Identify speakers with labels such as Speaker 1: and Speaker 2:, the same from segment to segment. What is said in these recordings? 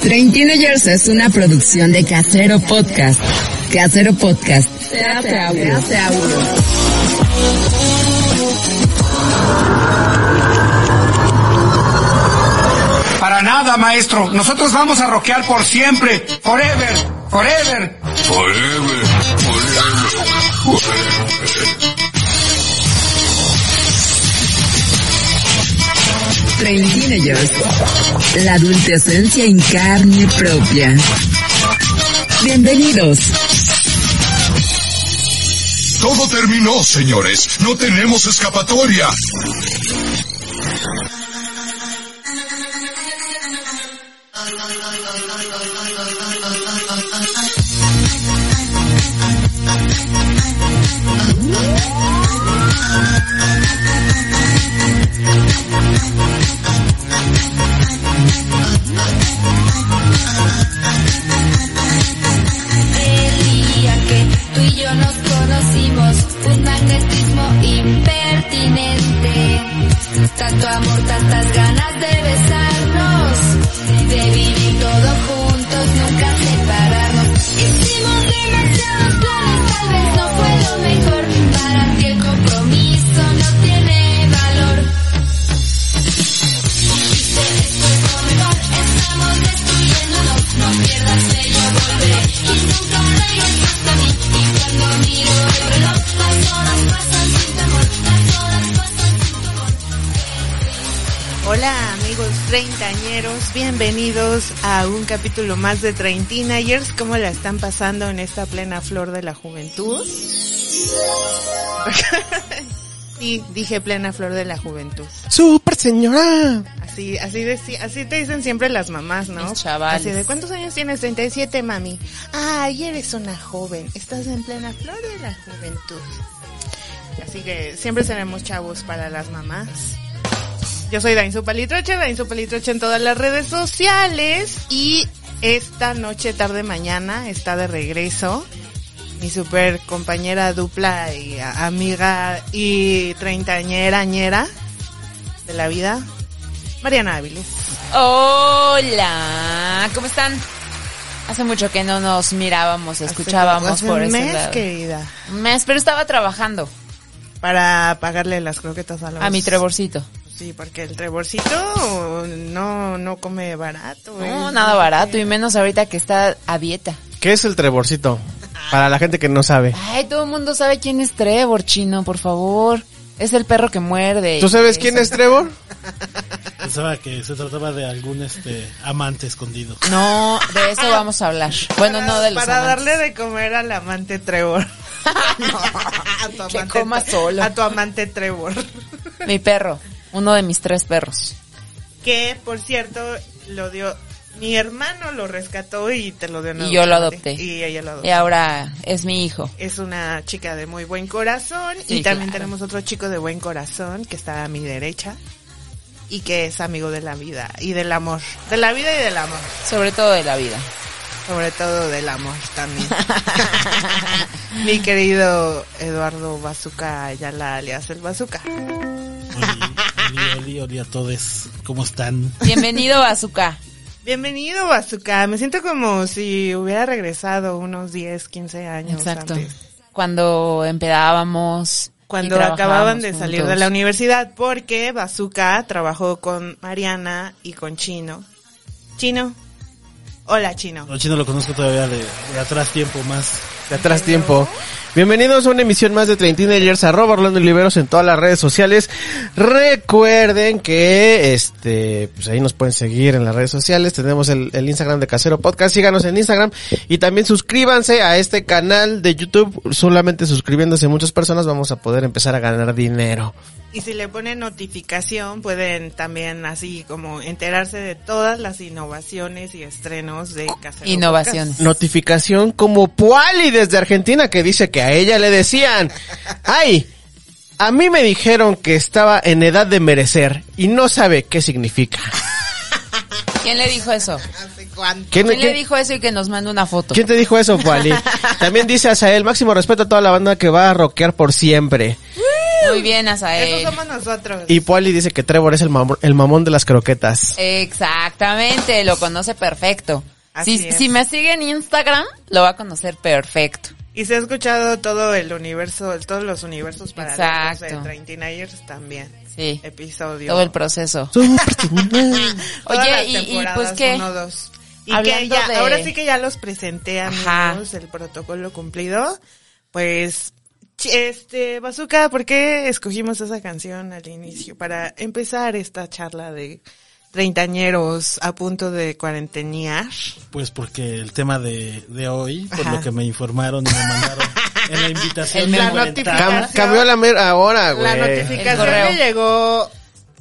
Speaker 1: Train Teenagers es una producción de Casero Podcast. Casero Podcast. Se hace audio. Se hace audio.
Speaker 2: Para nada, maestro. Nosotros vamos a rockear por siempre. Forever. Forever.
Speaker 3: Forever, forever, forever.
Speaker 1: Train Teenagers. La adultecencia en carne propia. Bienvenidos.
Speaker 3: Todo terminó, señores. No tenemos escapatoria.
Speaker 4: del día que tú y yo nos conocimos, un magnetismo impertinente. Tanto amor, tantas ganas de besarnos, de vivir todo juntos, nunca separarnos. Hicimos demasiados planes, tal vez no fue lo mejor. Para ti el compromiso no tiene valor.
Speaker 5: Hola amigos treintañeros, bienvenidos a un capítulo más de Treintinagers. ¿Cómo la están pasando en esta plena flor de la juventud? sí, dije plena flor de la juventud.
Speaker 6: Super señora.
Speaker 5: Así, así decía, así te dicen siempre las mamás, ¿no?
Speaker 7: Mis chavales.
Speaker 5: Así de ¿cuántos años tienes? 37, mami. Ay, eres una joven, estás en plena flor de la juventud. Así que siempre seremos chavos para las mamás. Yo soy Dainzu Palitroche, Dainzu Palitroche en todas las redes sociales y esta noche, tarde, mañana está de regreso mi super compañera dupla y a- amiga y treintañera ñera de la vida, Mariana Áviles.
Speaker 7: Hola, ¿cómo están? Hace mucho que no nos mirábamos, escuchábamos
Speaker 5: Hace
Speaker 7: por
Speaker 5: un
Speaker 7: ese
Speaker 5: mes,
Speaker 7: lado.
Speaker 5: querida,
Speaker 7: Un mes, pero estaba trabajando
Speaker 5: para pagarle las croquetas a los...
Speaker 7: a mi treborcito.
Speaker 5: Sí, porque el treborcito no, no come barato.
Speaker 7: No,
Speaker 5: él
Speaker 7: nada
Speaker 5: no
Speaker 7: barato
Speaker 5: come-
Speaker 7: y menos ahorita que está a dieta.
Speaker 6: ¿Qué es el treborcito? Para la gente que no sabe.
Speaker 7: Ay, todo el mundo sabe quién es Trevor, chino, por favor. Es el perro que muerde.
Speaker 6: ¿Tú sabes
Speaker 7: Y
Speaker 6: quién
Speaker 7: eso.
Speaker 6: es Trevor?
Speaker 8: Pensaba que se trataba de algún este amante escondido.
Speaker 7: No, de eso vamos a hablar. Bueno, no de los
Speaker 5: Para
Speaker 7: amantes.
Speaker 5: darle de comer al amante Trevor. a tu
Speaker 7: Que coma solo.
Speaker 5: A tu amante Trevor.
Speaker 7: Mi perro, uno de mis tres perros.
Speaker 5: Que, por cierto, lo dio... Mi hermano lo rescató y te lo dio.
Speaker 7: Y yo lo
Speaker 5: nuevamente.
Speaker 7: adopté.
Speaker 5: Y ella lo adoptó.
Speaker 7: Y ahora es mi hijo.
Speaker 5: Es una chica de muy buen corazón y
Speaker 7: Sí,
Speaker 5: también
Speaker 7: claro.
Speaker 5: tenemos otro chico de buen corazón que está a mi derecha y que es amigo de la vida y del amor. De la vida y del amor.
Speaker 7: Sobre todo de la vida.
Speaker 5: Sobre todo del amor también. mi querido Eduardo Bazuca Ayala alias el Bazuca.
Speaker 8: Oli, oli, oli, oli a todos. ¿Cómo están?
Speaker 7: Bienvenido, Bazooka.
Speaker 5: Bienvenido Bazuca. Me siento como si hubiera regresado unos 10, 15 años
Speaker 7: Exacto.
Speaker 5: antes.
Speaker 7: Cuando empedábamos. y
Speaker 5: cuando
Speaker 7: trabajábamos
Speaker 5: acababan de salir de
Speaker 7: juntos.
Speaker 5: la universidad, porque Bazooka trabajó con Mariana y con Chino. Chino, hola Chino.
Speaker 8: No, chino lo conozco todavía de, de atrás tiempo más.
Speaker 6: De atrás tiempo. Bienvenidos a una emisión más de Treintinagers, arroba Orlando Oliveros en todas las redes sociales. Recuerden que, este, pues ahí nos pueden seguir en las redes sociales. Tenemos el, el Instagram de Casero Podcast. Síganos en Instagram. Y también suscríbanse a este canal de YouTube. Solamente suscribiéndose muchas personas vamos a poder empezar a ganar dinero.
Speaker 5: Y si le ponen notificación, pueden también así como enterarse de todas las innovaciones y estrenos de Casero
Speaker 7: Innovaciones.
Speaker 6: notificación como Puali desde Argentina que dice que a ella le decían, ay, a mí me dijeron que estaba en edad de merecer y no sabe qué significa.
Speaker 7: ¿Quién le dijo eso?
Speaker 6: ¿Quién,
Speaker 7: ¿Quién le
Speaker 6: quién-
Speaker 7: dijo eso y que nos manda una foto?
Speaker 6: quién te dijo eso, Puali? También dice Azael, máximo respeto a toda la banda que va a rockear por siempre.
Speaker 4: Muy bien, Azael.
Speaker 5: Eso somos nosotros.
Speaker 6: Y Polly dice que Trevor es el, mam- el mamón de las croquetas.
Speaker 4: Exactamente, lo conoce perfecto.
Speaker 5: Así
Speaker 4: Si,
Speaker 5: es.
Speaker 4: si me sigue en Instagram, lo va a conocer perfecto.
Speaker 5: Y se ha escuchado todo el universo, todos los universos paralelos de
Speaker 4: Exacto.
Speaker 5: 39ers también.
Speaker 4: Sí,
Speaker 5: Episodio.
Speaker 4: todo el proceso.
Speaker 5: Todas
Speaker 4: Oye,
Speaker 5: las
Speaker 4: y- y,
Speaker 5: temporadas
Speaker 4: pues, ¿qué?
Speaker 5: uno, dos. Y que
Speaker 4: Hablando
Speaker 5: ya,
Speaker 4: de-
Speaker 5: ahora sí que ya los presenté amigos,
Speaker 4: Ajá.
Speaker 5: el protocolo cumplido. Pues, ch- este, Bazooka, ¿por qué escogimos esa canción al inicio? Para empezar esta charla de treintañeros a punto de cuarentenear.
Speaker 8: Pues porque el tema de, de hoy, por
Speaker 5: Ajá.
Speaker 8: lo que me informaron y me mandaron en la invitación.
Speaker 4: En
Speaker 8: de
Speaker 4: la
Speaker 8: cuarenta-
Speaker 5: notificación.
Speaker 6: Cam- cambió la Eh, mer
Speaker 5: La
Speaker 6: ahora, güey.
Speaker 4: El
Speaker 5: notificación
Speaker 4: correo.
Speaker 5: me llegó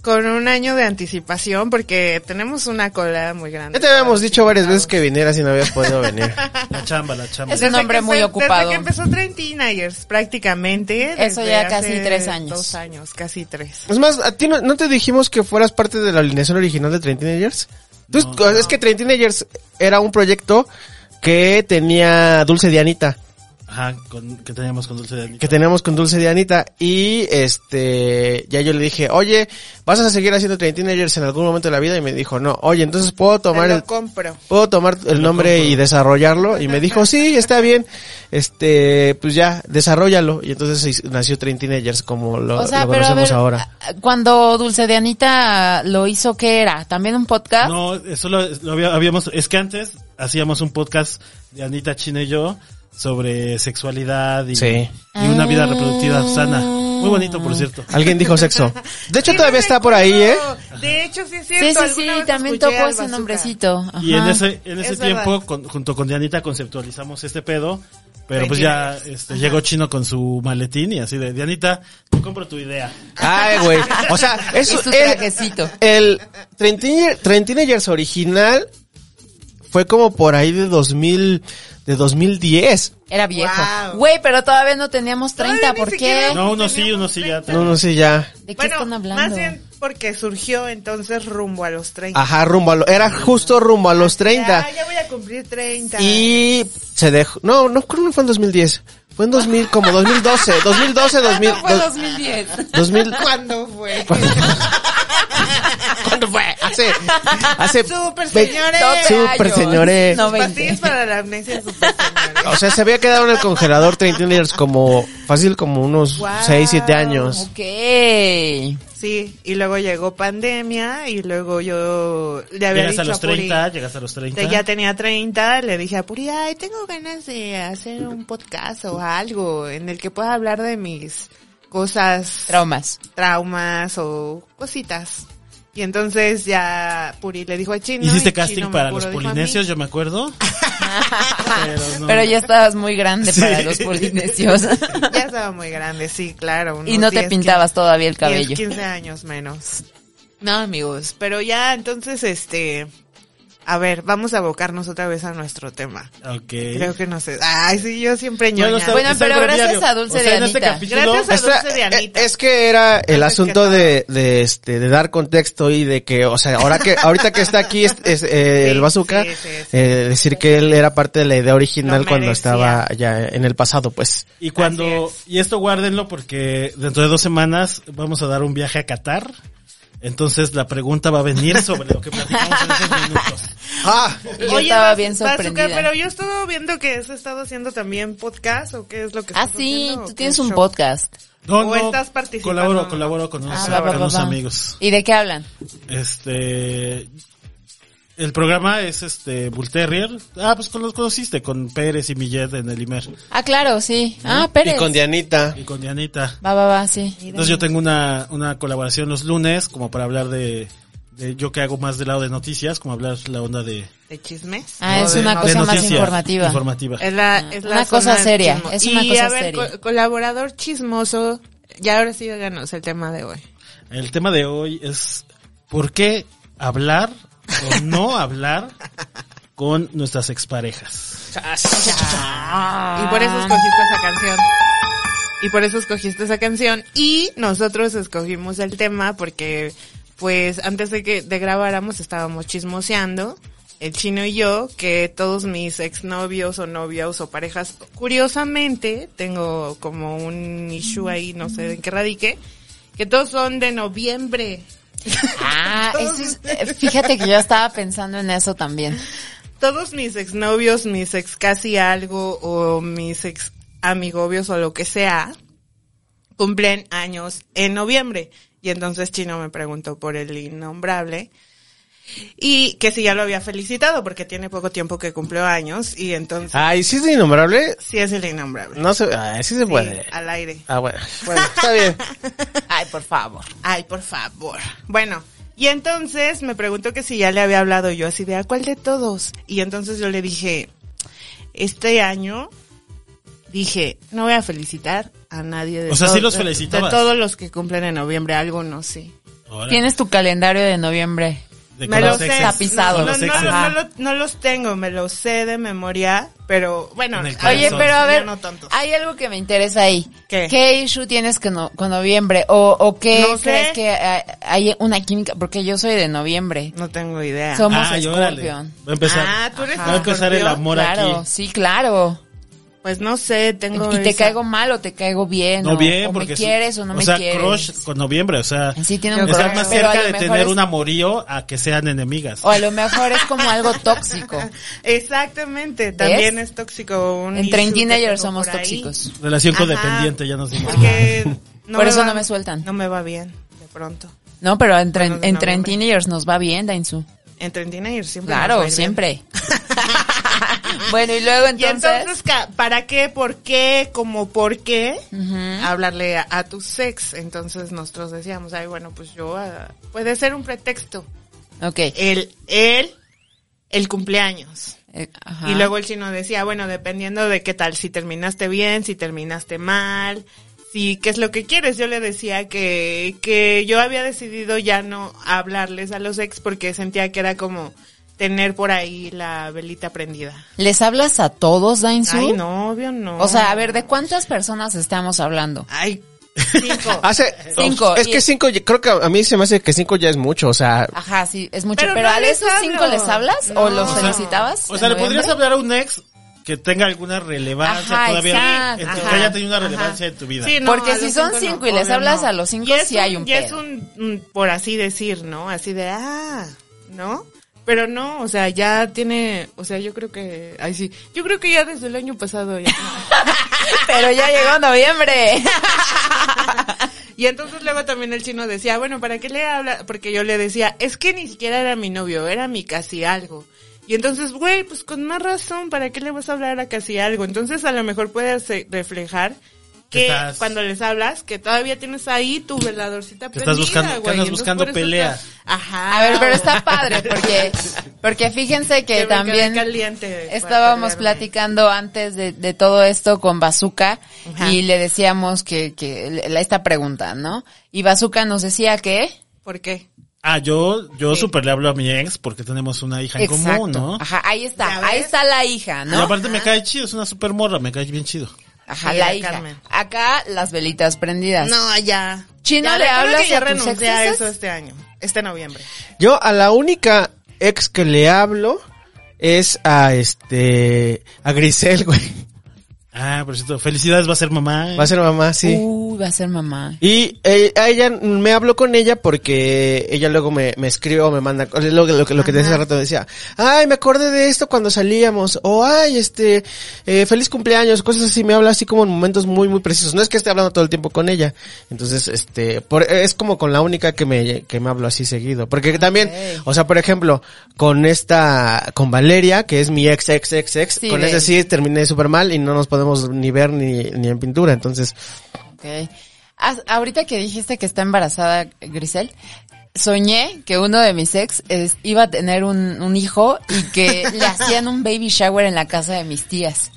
Speaker 5: con un año de anticipación porque tenemos una cola muy grande.
Speaker 6: Ya te habíamos dicho varias veces que vinieras y no habías podido venir.
Speaker 8: La chamba, la chamba.
Speaker 4: Es un hombre
Speaker 5: que
Speaker 4: muy
Speaker 5: se-
Speaker 4: ocupado.
Speaker 5: Desde que empezó 30 Years, prácticamente.
Speaker 4: Eso
Speaker 5: desde
Speaker 4: ya casi
Speaker 5: hace
Speaker 4: tres años.
Speaker 5: Dos años, casi tres.
Speaker 6: Es más, ¿a ti no, no te dijimos que fueras parte de la alineación original de Train Teenagers? Tú- es que Train Teenagers era un proyecto que tenía Dulce de Anita,
Speaker 8: Ajá, con, que teníamos con Dulce de Anita.
Speaker 6: que teníamos con Dulce de Anita y este, ya yo le dije, oye, ¿vas a seguir haciendo Train Teenagers en algún momento de la vida? Y me dijo, no, oye, entonces puedo
Speaker 5: Te
Speaker 6: tomar el,
Speaker 5: lo compro.
Speaker 6: puedo tomar el nombre y desarrollarlo y me dijo sí está bien este pues ya desarrollalo y entonces nació Train Teenagers como lo,
Speaker 4: O sea,
Speaker 6: lo
Speaker 4: pero a
Speaker 6: conocemos
Speaker 4: ver,
Speaker 6: ahora
Speaker 4: cuando Dulce de Anita lo hizo, ¿qué era? ¿También un podcast?
Speaker 8: No, eso lo, lo había- habíamos, es que antes hacíamos un podcast de Anita Chino y yo sobre sexualidad y,
Speaker 6: Sí.
Speaker 8: y una vida
Speaker 4: Ah.
Speaker 8: reproductiva sana. Muy bonito, por cierto.
Speaker 6: alguien dijo sexo de hecho
Speaker 5: Sí,
Speaker 6: todavía
Speaker 5: no
Speaker 6: está por ahí eh
Speaker 5: recuerdo. De hecho, sí es
Speaker 4: Sí,
Speaker 5: cierto.
Speaker 4: sí, sí,
Speaker 5: alguna vez
Speaker 4: también
Speaker 5: escuché
Speaker 4: tocó
Speaker 5: al
Speaker 4: ese
Speaker 5: Bazooka.
Speaker 4: nombrecito.
Speaker 8: Y en
Speaker 4: Ajá.
Speaker 8: ese, en ese
Speaker 5: Es
Speaker 8: tiempo,
Speaker 5: verdad.
Speaker 8: con- junto con Dianita conceptualizamos este pedo, pero pues ya este, llegó Chino con su maletín y así de, Dianita, te compro tu idea.
Speaker 6: ay güey o sea eso
Speaker 4: Es tu
Speaker 6: es
Speaker 4: traquecito.
Speaker 6: el Train Teenager- Train Teenagers original fue como por ahí de 2000 de 2010
Speaker 4: Era viejo.
Speaker 5: Wow.
Speaker 4: Güey, pero todavía no teníamos 30,
Speaker 5: Todavía ni
Speaker 4: ¿por qué?
Speaker 5: siquiera-
Speaker 8: No, uno sí, uno sí ya.
Speaker 6: no no sé ya
Speaker 4: ¿De qué
Speaker 5: Bueno,
Speaker 4: están hablando?
Speaker 5: más bien porque surgió entonces rumbo a los 30.
Speaker 6: ajá rumbo a lo- era justo rumbo a los 30
Speaker 5: Ya, ya voy a cumplir 30.
Speaker 6: Y se dejó. No, no creo que fue en 2010. Fue en 2000, como 2012. 2012, 2000.
Speaker 4: No fue
Speaker 6: dos-
Speaker 4: 2010.
Speaker 6: 2000.
Speaker 5: ¿Cuándo fue?
Speaker 6: pues, ¿Cuándo fue? Hace. Hace.
Speaker 5: Súper
Speaker 6: ve-
Speaker 5: señores.
Speaker 6: Super señores.
Speaker 4: No,
Speaker 5: Pastillas
Speaker 4: 20.
Speaker 5: para la amnesia super señores.
Speaker 6: O sea, se había quedado en el congelador 30 years como. Fácil, como unos
Speaker 5: Guau.
Speaker 6: 6, 7 años.
Speaker 4: Ok.
Speaker 5: Sí, y luego llegó pandemia y luego yo le había
Speaker 8: Llegas
Speaker 5: dicho
Speaker 8: a los
Speaker 5: Puri,
Speaker 8: 30, llegas a los 30.
Speaker 5: te- ya tenía 30, le dije a Puri, ay, tengo ganas de hacer un podcast o algo en el que pueda hablar de mis cosas,
Speaker 4: Traumas.
Speaker 5: traumas o cositas. Y entonces ya Puri le dijo a Chino.
Speaker 8: Hiciste
Speaker 5: y Chino
Speaker 8: casting
Speaker 5: me
Speaker 8: para
Speaker 5: apuró,
Speaker 8: los
Speaker 5: dijo a mí.
Speaker 8: polinesios, yo me acuerdo. pero no.
Speaker 4: Pero ya estabas muy grande
Speaker 8: Sí.
Speaker 4: para los polinesios.
Speaker 5: Ya estaba muy grande, sí, claro.
Speaker 4: y
Speaker 5: unos
Speaker 4: no te
Speaker 5: 10,
Speaker 4: pintabas todavía el
Speaker 5: 15,
Speaker 4: cabello.
Speaker 5: 15 años menos. No, amigos, pero ya entonces, este, a ver, vamos a abocarnos otra vez a nuestro tema.
Speaker 8: Ok.
Speaker 5: Creo que no sé. Ay, sí, yo siempre ñoña.
Speaker 8: está-
Speaker 4: Bueno,
Speaker 8: es
Speaker 4: pero
Speaker 8: algo
Speaker 4: gracias
Speaker 8: diario.
Speaker 4: a Dulce
Speaker 8: O sea,
Speaker 4: de
Speaker 8: en este
Speaker 4: Anita.
Speaker 8: capítulo-
Speaker 5: Gracias a
Speaker 6: Esta-
Speaker 5: Dulce de Anita.
Speaker 6: eh, es que era el
Speaker 5: Antes que
Speaker 6: asunto
Speaker 5: todo.
Speaker 6: de, de este de dar contexto y de que o sea ahora que ahorita que está aquí es, es, eh,
Speaker 5: Sí,
Speaker 6: el bazooka
Speaker 5: sí, sí, sí.
Speaker 6: eh, decir que él era parte de la idea original
Speaker 5: Lo
Speaker 6: cuando
Speaker 5: merecía.
Speaker 6: estaba ya en el pasado pues
Speaker 8: Y cuando, y esto guárdenlo porque dentro de dos semanas vamos a dar un viaje a Qatar. Entonces la pregunta va a venir sobre lo que platicamos en esos minutos.
Speaker 6: ah
Speaker 4: yo estaba
Speaker 5: Baz-
Speaker 4: bien
Speaker 5: Bazooka,
Speaker 4: sorprendida.
Speaker 5: pero yo estaba viendo que has estado haciendo también podcast o qué es lo que
Speaker 4: Ah,
Speaker 5: estás
Speaker 4: sí,
Speaker 5: haciendo,
Speaker 4: tú
Speaker 5: ¿o
Speaker 4: tienes
Speaker 5: qué
Speaker 4: un
Speaker 5: show?
Speaker 4: podcast.
Speaker 8: No,
Speaker 5: O
Speaker 8: no,
Speaker 5: estás participando,
Speaker 8: Colaboro,
Speaker 5: ¿no?
Speaker 8: colaboro con unos,
Speaker 4: Ah, va, va,
Speaker 8: con
Speaker 4: va,
Speaker 8: unos
Speaker 4: va.
Speaker 8: amigos.
Speaker 4: ¿Y de qué hablan?
Speaker 8: Este, el programa es este, Bull Terrier. Ah, pues con los conociste, con Pérez y Millet en el Imer.
Speaker 4: Ah, claro, sí. Ah, Pérez.
Speaker 6: y con Dianita
Speaker 8: Y con Dianita.
Speaker 4: Va, va, va, sí.
Speaker 8: Entonces yo tengo una, una colaboración los lunes como para hablar de, de yo que hago más del lado de noticias, como hablar la onda de,
Speaker 5: ¿De chismes?
Speaker 4: Ah,
Speaker 5: ¿O
Speaker 4: es
Speaker 5: de
Speaker 4: una
Speaker 5: no-
Speaker 4: cosa
Speaker 8: de
Speaker 4: más
Speaker 8: noticias,
Speaker 4: informativa.
Speaker 8: informativa.
Speaker 5: Es la, es la
Speaker 4: Una cosa
Speaker 5: zona del
Speaker 4: seria,
Speaker 5: chismo.
Speaker 4: es una
Speaker 5: y
Speaker 4: cosa
Speaker 5: a ver,
Speaker 4: seria.
Speaker 5: co- colaborador chismoso, ya ahora sí díganos el tema de hoy.
Speaker 8: El tema de hoy es por qué hablar o no hablar con nuestras exparejas.
Speaker 5: Y por eso escogiste esa canción. Y por eso escogiste esa canción. Y nosotros escogimos el tema porque, pues, antes de que de grabáramos estábamos chismoseando. el chino y yo que todos mis exnovios o novios o parejas, curiosamente, tengo como un issue ahí, no sé en qué radique, que todos son de noviembre.
Speaker 4: Ah, eso es, eh, fíjate que yo estaba pensando en eso también.
Speaker 5: Todos mis exnovios, mis ex casi algo o mis ex amigobios o lo que sea, cumplen años en noviembre. Y entonces Chino me preguntó por el innombrable. Y que si ya lo había felicitado porque tiene poco tiempo que cumplió años y entonces
Speaker 6: Ay, si es de innombrable,
Speaker 5: sí es el innombrable.
Speaker 6: no se, ay, sí se
Speaker 5: Sí,
Speaker 6: puede.
Speaker 5: al aire.
Speaker 6: Ah, bueno, bueno, está bien.
Speaker 4: Ay, por favor.
Speaker 5: Ay, por favor. Bueno, y entonces me preguntó que si ya le había hablado yo así de a cuál de todos. Y entonces yo le dije, este año dije, no voy a felicitar a nadie de
Speaker 8: O sea, sí
Speaker 5: todo-
Speaker 8: los
Speaker 5: de-
Speaker 8: felicitabas.
Speaker 5: De todos los que cumplen en noviembre, algunos sí.
Speaker 8: Ahora,
Speaker 4: Tienes tu calendario de noviembre.
Speaker 8: de
Speaker 5: me lo
Speaker 8: los
Speaker 5: sé.
Speaker 8: exes.
Speaker 4: Tapizado.
Speaker 5: No, no,
Speaker 8: Los
Speaker 5: no,
Speaker 8: exes.
Speaker 5: no,
Speaker 4: Ajá.
Speaker 5: no lo- no los tengo, me los sé de memoria, pero bueno.
Speaker 8: En el
Speaker 5: a-
Speaker 4: Oye,
Speaker 8: Corazón.
Speaker 4: pero a ver,
Speaker 5: No, tanto.
Speaker 4: hay algo que me interesa ahí.
Speaker 5: ¿Qué?
Speaker 4: issue tienes que no- con noviembre? ¿O, o qué
Speaker 5: No sé.
Speaker 4: crees que eh, hay una química? Porque yo soy de noviembre.
Speaker 5: no tengo idea.
Speaker 4: Somos
Speaker 8: Ay, órale.
Speaker 4: Scorpion.
Speaker 8: Va a empezar.
Speaker 5: Ah, tú eres
Speaker 8: Va a empezar el
Speaker 5: Scorpio.
Speaker 8: amor
Speaker 4: claro,
Speaker 8: aquí.
Speaker 4: sí, claro.
Speaker 5: Pues no sé, tengo.
Speaker 4: Y te
Speaker 5: esa-
Speaker 4: caigo mal o te caigo bien.
Speaker 8: No
Speaker 4: o,
Speaker 8: bien,
Speaker 4: o
Speaker 8: porque
Speaker 4: me
Speaker 8: sí.
Speaker 4: quieres o no me
Speaker 8: sea,
Speaker 4: quieres.
Speaker 8: crush con noviembre, o sea,
Speaker 4: Sí, tiene un
Speaker 8: estar
Speaker 4: crush,
Speaker 8: más
Speaker 4: pero a
Speaker 8: cerca
Speaker 4: lo
Speaker 8: de
Speaker 4: mejor
Speaker 8: tener
Speaker 4: es-
Speaker 8: un amorío a que sean enemigas.
Speaker 4: O a lo mejor es como algo tóxico.
Speaker 5: Exactamente, también es tóxico. Un
Speaker 4: Entre
Speaker 5: issue que
Speaker 4: teenagers
Speaker 5: tengo
Speaker 4: somos
Speaker 5: por ahí.
Speaker 4: tóxicos.
Speaker 8: Relación
Speaker 5: Ajá.
Speaker 8: codependiente, ya nos dimos.
Speaker 5: Porque
Speaker 4: Por eso no me sueltan.
Speaker 5: No me va bien, de pronto.
Speaker 4: No, pero entre,
Speaker 5: Bueno, de
Speaker 4: entre
Speaker 5: noviembre.
Speaker 4: teenagers nos va bien, Dainzu.
Speaker 5: Entre teenagers siempre. nos va a
Speaker 4: Claro,
Speaker 5: ir
Speaker 4: siempre. bueno, y luego
Speaker 5: bien. Y entonces,
Speaker 4: entonces...
Speaker 5: ca- ¿para qué? ¿Por qué? ¿Cómo por qué?
Speaker 4: Ujú.
Speaker 5: Hablarle a, a tu sex. Entonces nosotros decíamos, ay, bueno, pues yo... ah, puede ser un pretexto.
Speaker 4: Ok.
Speaker 5: El, el, el cumpleaños.
Speaker 4: Eh, ajá.
Speaker 5: Y luego el chino decía, bueno, dependiendo de qué tal, si terminaste bien, si terminaste mal, si qué es lo que quieres. Yo le decía que, que yo había decidido ya no hablarles a los ex porque sentía que era como tener por ahí la velita prendida.
Speaker 4: ¿Les hablas a todos, Dainzu?
Speaker 5: Ay, no, obvio no.
Speaker 4: O sea, a ver, ¿de cuántas personas estamos hablando?
Speaker 5: Ay, cinco.
Speaker 6: Hace,
Speaker 4: Cinco,
Speaker 6: Es
Speaker 4: y-
Speaker 6: que cinco, ya- creo que a mí se me hace que cinco ya es mucho, o sea,
Speaker 4: Ajá, sí, es mucho.
Speaker 5: Pero
Speaker 4: Pero,
Speaker 5: no
Speaker 4: a
Speaker 5: les
Speaker 4: esos cinco
Speaker 5: hablo.
Speaker 4: les hablas
Speaker 5: No.
Speaker 4: o los
Speaker 5: O sea,
Speaker 4: felicitabas.
Speaker 8: O Ah, sea,
Speaker 4: en
Speaker 8: le podrías
Speaker 4: noviembre?
Speaker 8: hablar a un ex que tenga alguna relevancia
Speaker 4: Ajá,
Speaker 8: todavía,
Speaker 4: exacto.
Speaker 8: en tu-
Speaker 4: Ajá,
Speaker 8: que haya tenido una
Speaker 5: ajá.
Speaker 8: relevancia en tu vida.
Speaker 5: Sí,
Speaker 4: Porque
Speaker 5: a
Speaker 4: si
Speaker 5: los
Speaker 4: son cinco y les
Speaker 5: obvio
Speaker 4: hablas a los cinco,
Speaker 5: Y es
Speaker 4: sí hay un
Speaker 5: y es
Speaker 4: pedo.
Speaker 5: un, mm, por así decir, ¿no? Así de, ah, ¿no? Pero no, o sea, ya tiene, o sea, yo creo que, ay sí, yo creo que ya desde el año pasado ya.
Speaker 4: Pero ya llegó noviembre.
Speaker 5: y entonces luego también el chino decía, bueno, ¿para qué le habla? Porque yo le decía, es que ni siquiera era mi novio, era mi casi algo. Y entonces, güey, pues con más razón, ¿para qué le vas a hablar a casi algo? Entonces a lo mejor puedes eh, reflejar que
Speaker 8: Estás-
Speaker 5: cuando les hablas, que todavía tienes ahí tu veladorcita
Speaker 8: Que
Speaker 5: prendida,
Speaker 8: estás buscando- que
Speaker 5: güey.
Speaker 8: andas
Speaker 5: Entonces,
Speaker 8: buscando
Speaker 5: por eso
Speaker 8: pelea.
Speaker 5: estás- Ajá.
Speaker 4: A ver, pero está padre porque porque fíjense
Speaker 5: Que me
Speaker 4: que
Speaker 5: quedé
Speaker 4: también
Speaker 5: caliente para
Speaker 4: estábamos
Speaker 5: pelearme.
Speaker 4: platicando antes de, de todo esto con Bazooka
Speaker 5: Ajá.
Speaker 4: y le decíamos que, que le- esta pregunta, ¿no? Y Bazooka nos decía que
Speaker 5: ¿Por qué?
Speaker 8: Ah, yo, yo súper le hablo a mi ex porque tenemos una hija en común, ¿no?
Speaker 4: Ajá, ahí
Speaker 5: Ya
Speaker 4: está,
Speaker 5: ves.
Speaker 4: ahí está la hija,
Speaker 8: Y
Speaker 4: ¿no?
Speaker 8: aparte me cae chido, es una super morra, me cae bien chido.
Speaker 4: Ajá,
Speaker 5: Mira,
Speaker 4: la hija.
Speaker 5: Carmen.
Speaker 4: Acá las velitas prendidas.
Speaker 5: No, ya.
Speaker 4: Chino,
Speaker 5: Ya,
Speaker 4: ¿le
Speaker 5: recuerda
Speaker 4: hablas
Speaker 5: que ya
Speaker 4: a tus
Speaker 5: renuncié a
Speaker 4: exes?
Speaker 5: eso este año, este noviembre.
Speaker 6: Yo a la única ex que le hablo es a este a Grisel, güey.
Speaker 8: Ah, por cierto, felicidades, va a ser mamá.
Speaker 6: Va a ser mamá, sí.
Speaker 4: Uy, Uh, va a ser mamá.
Speaker 6: Y eh, a ella me hablo con ella porque ella luego me, me escribe o me manda o sea, lo, que- lo que lo que te hace rato decía, ay me acordé de esto cuando salíamos o ay este eh, feliz cumpleaños cosas así me habla así como en momentos muy muy precisos no es que esté hablando todo el tiempo con ella entonces este por, es como con la única que me que me hablo así seguido porque también o sea por ejemplo con esta con Valeria que es mi ex ex ex ex
Speaker 4: Sí,
Speaker 6: con
Speaker 4: güey.
Speaker 6: esa sí terminé súper mal y no nos podemos ni ver ni ni en pintura entonces
Speaker 4: Ok. As- ahorita que dijiste que está embarazada Grisel, soñé que uno de mis ex es- iba a tener un, un hijo y que le hacían un baby shower en la casa de mis tías.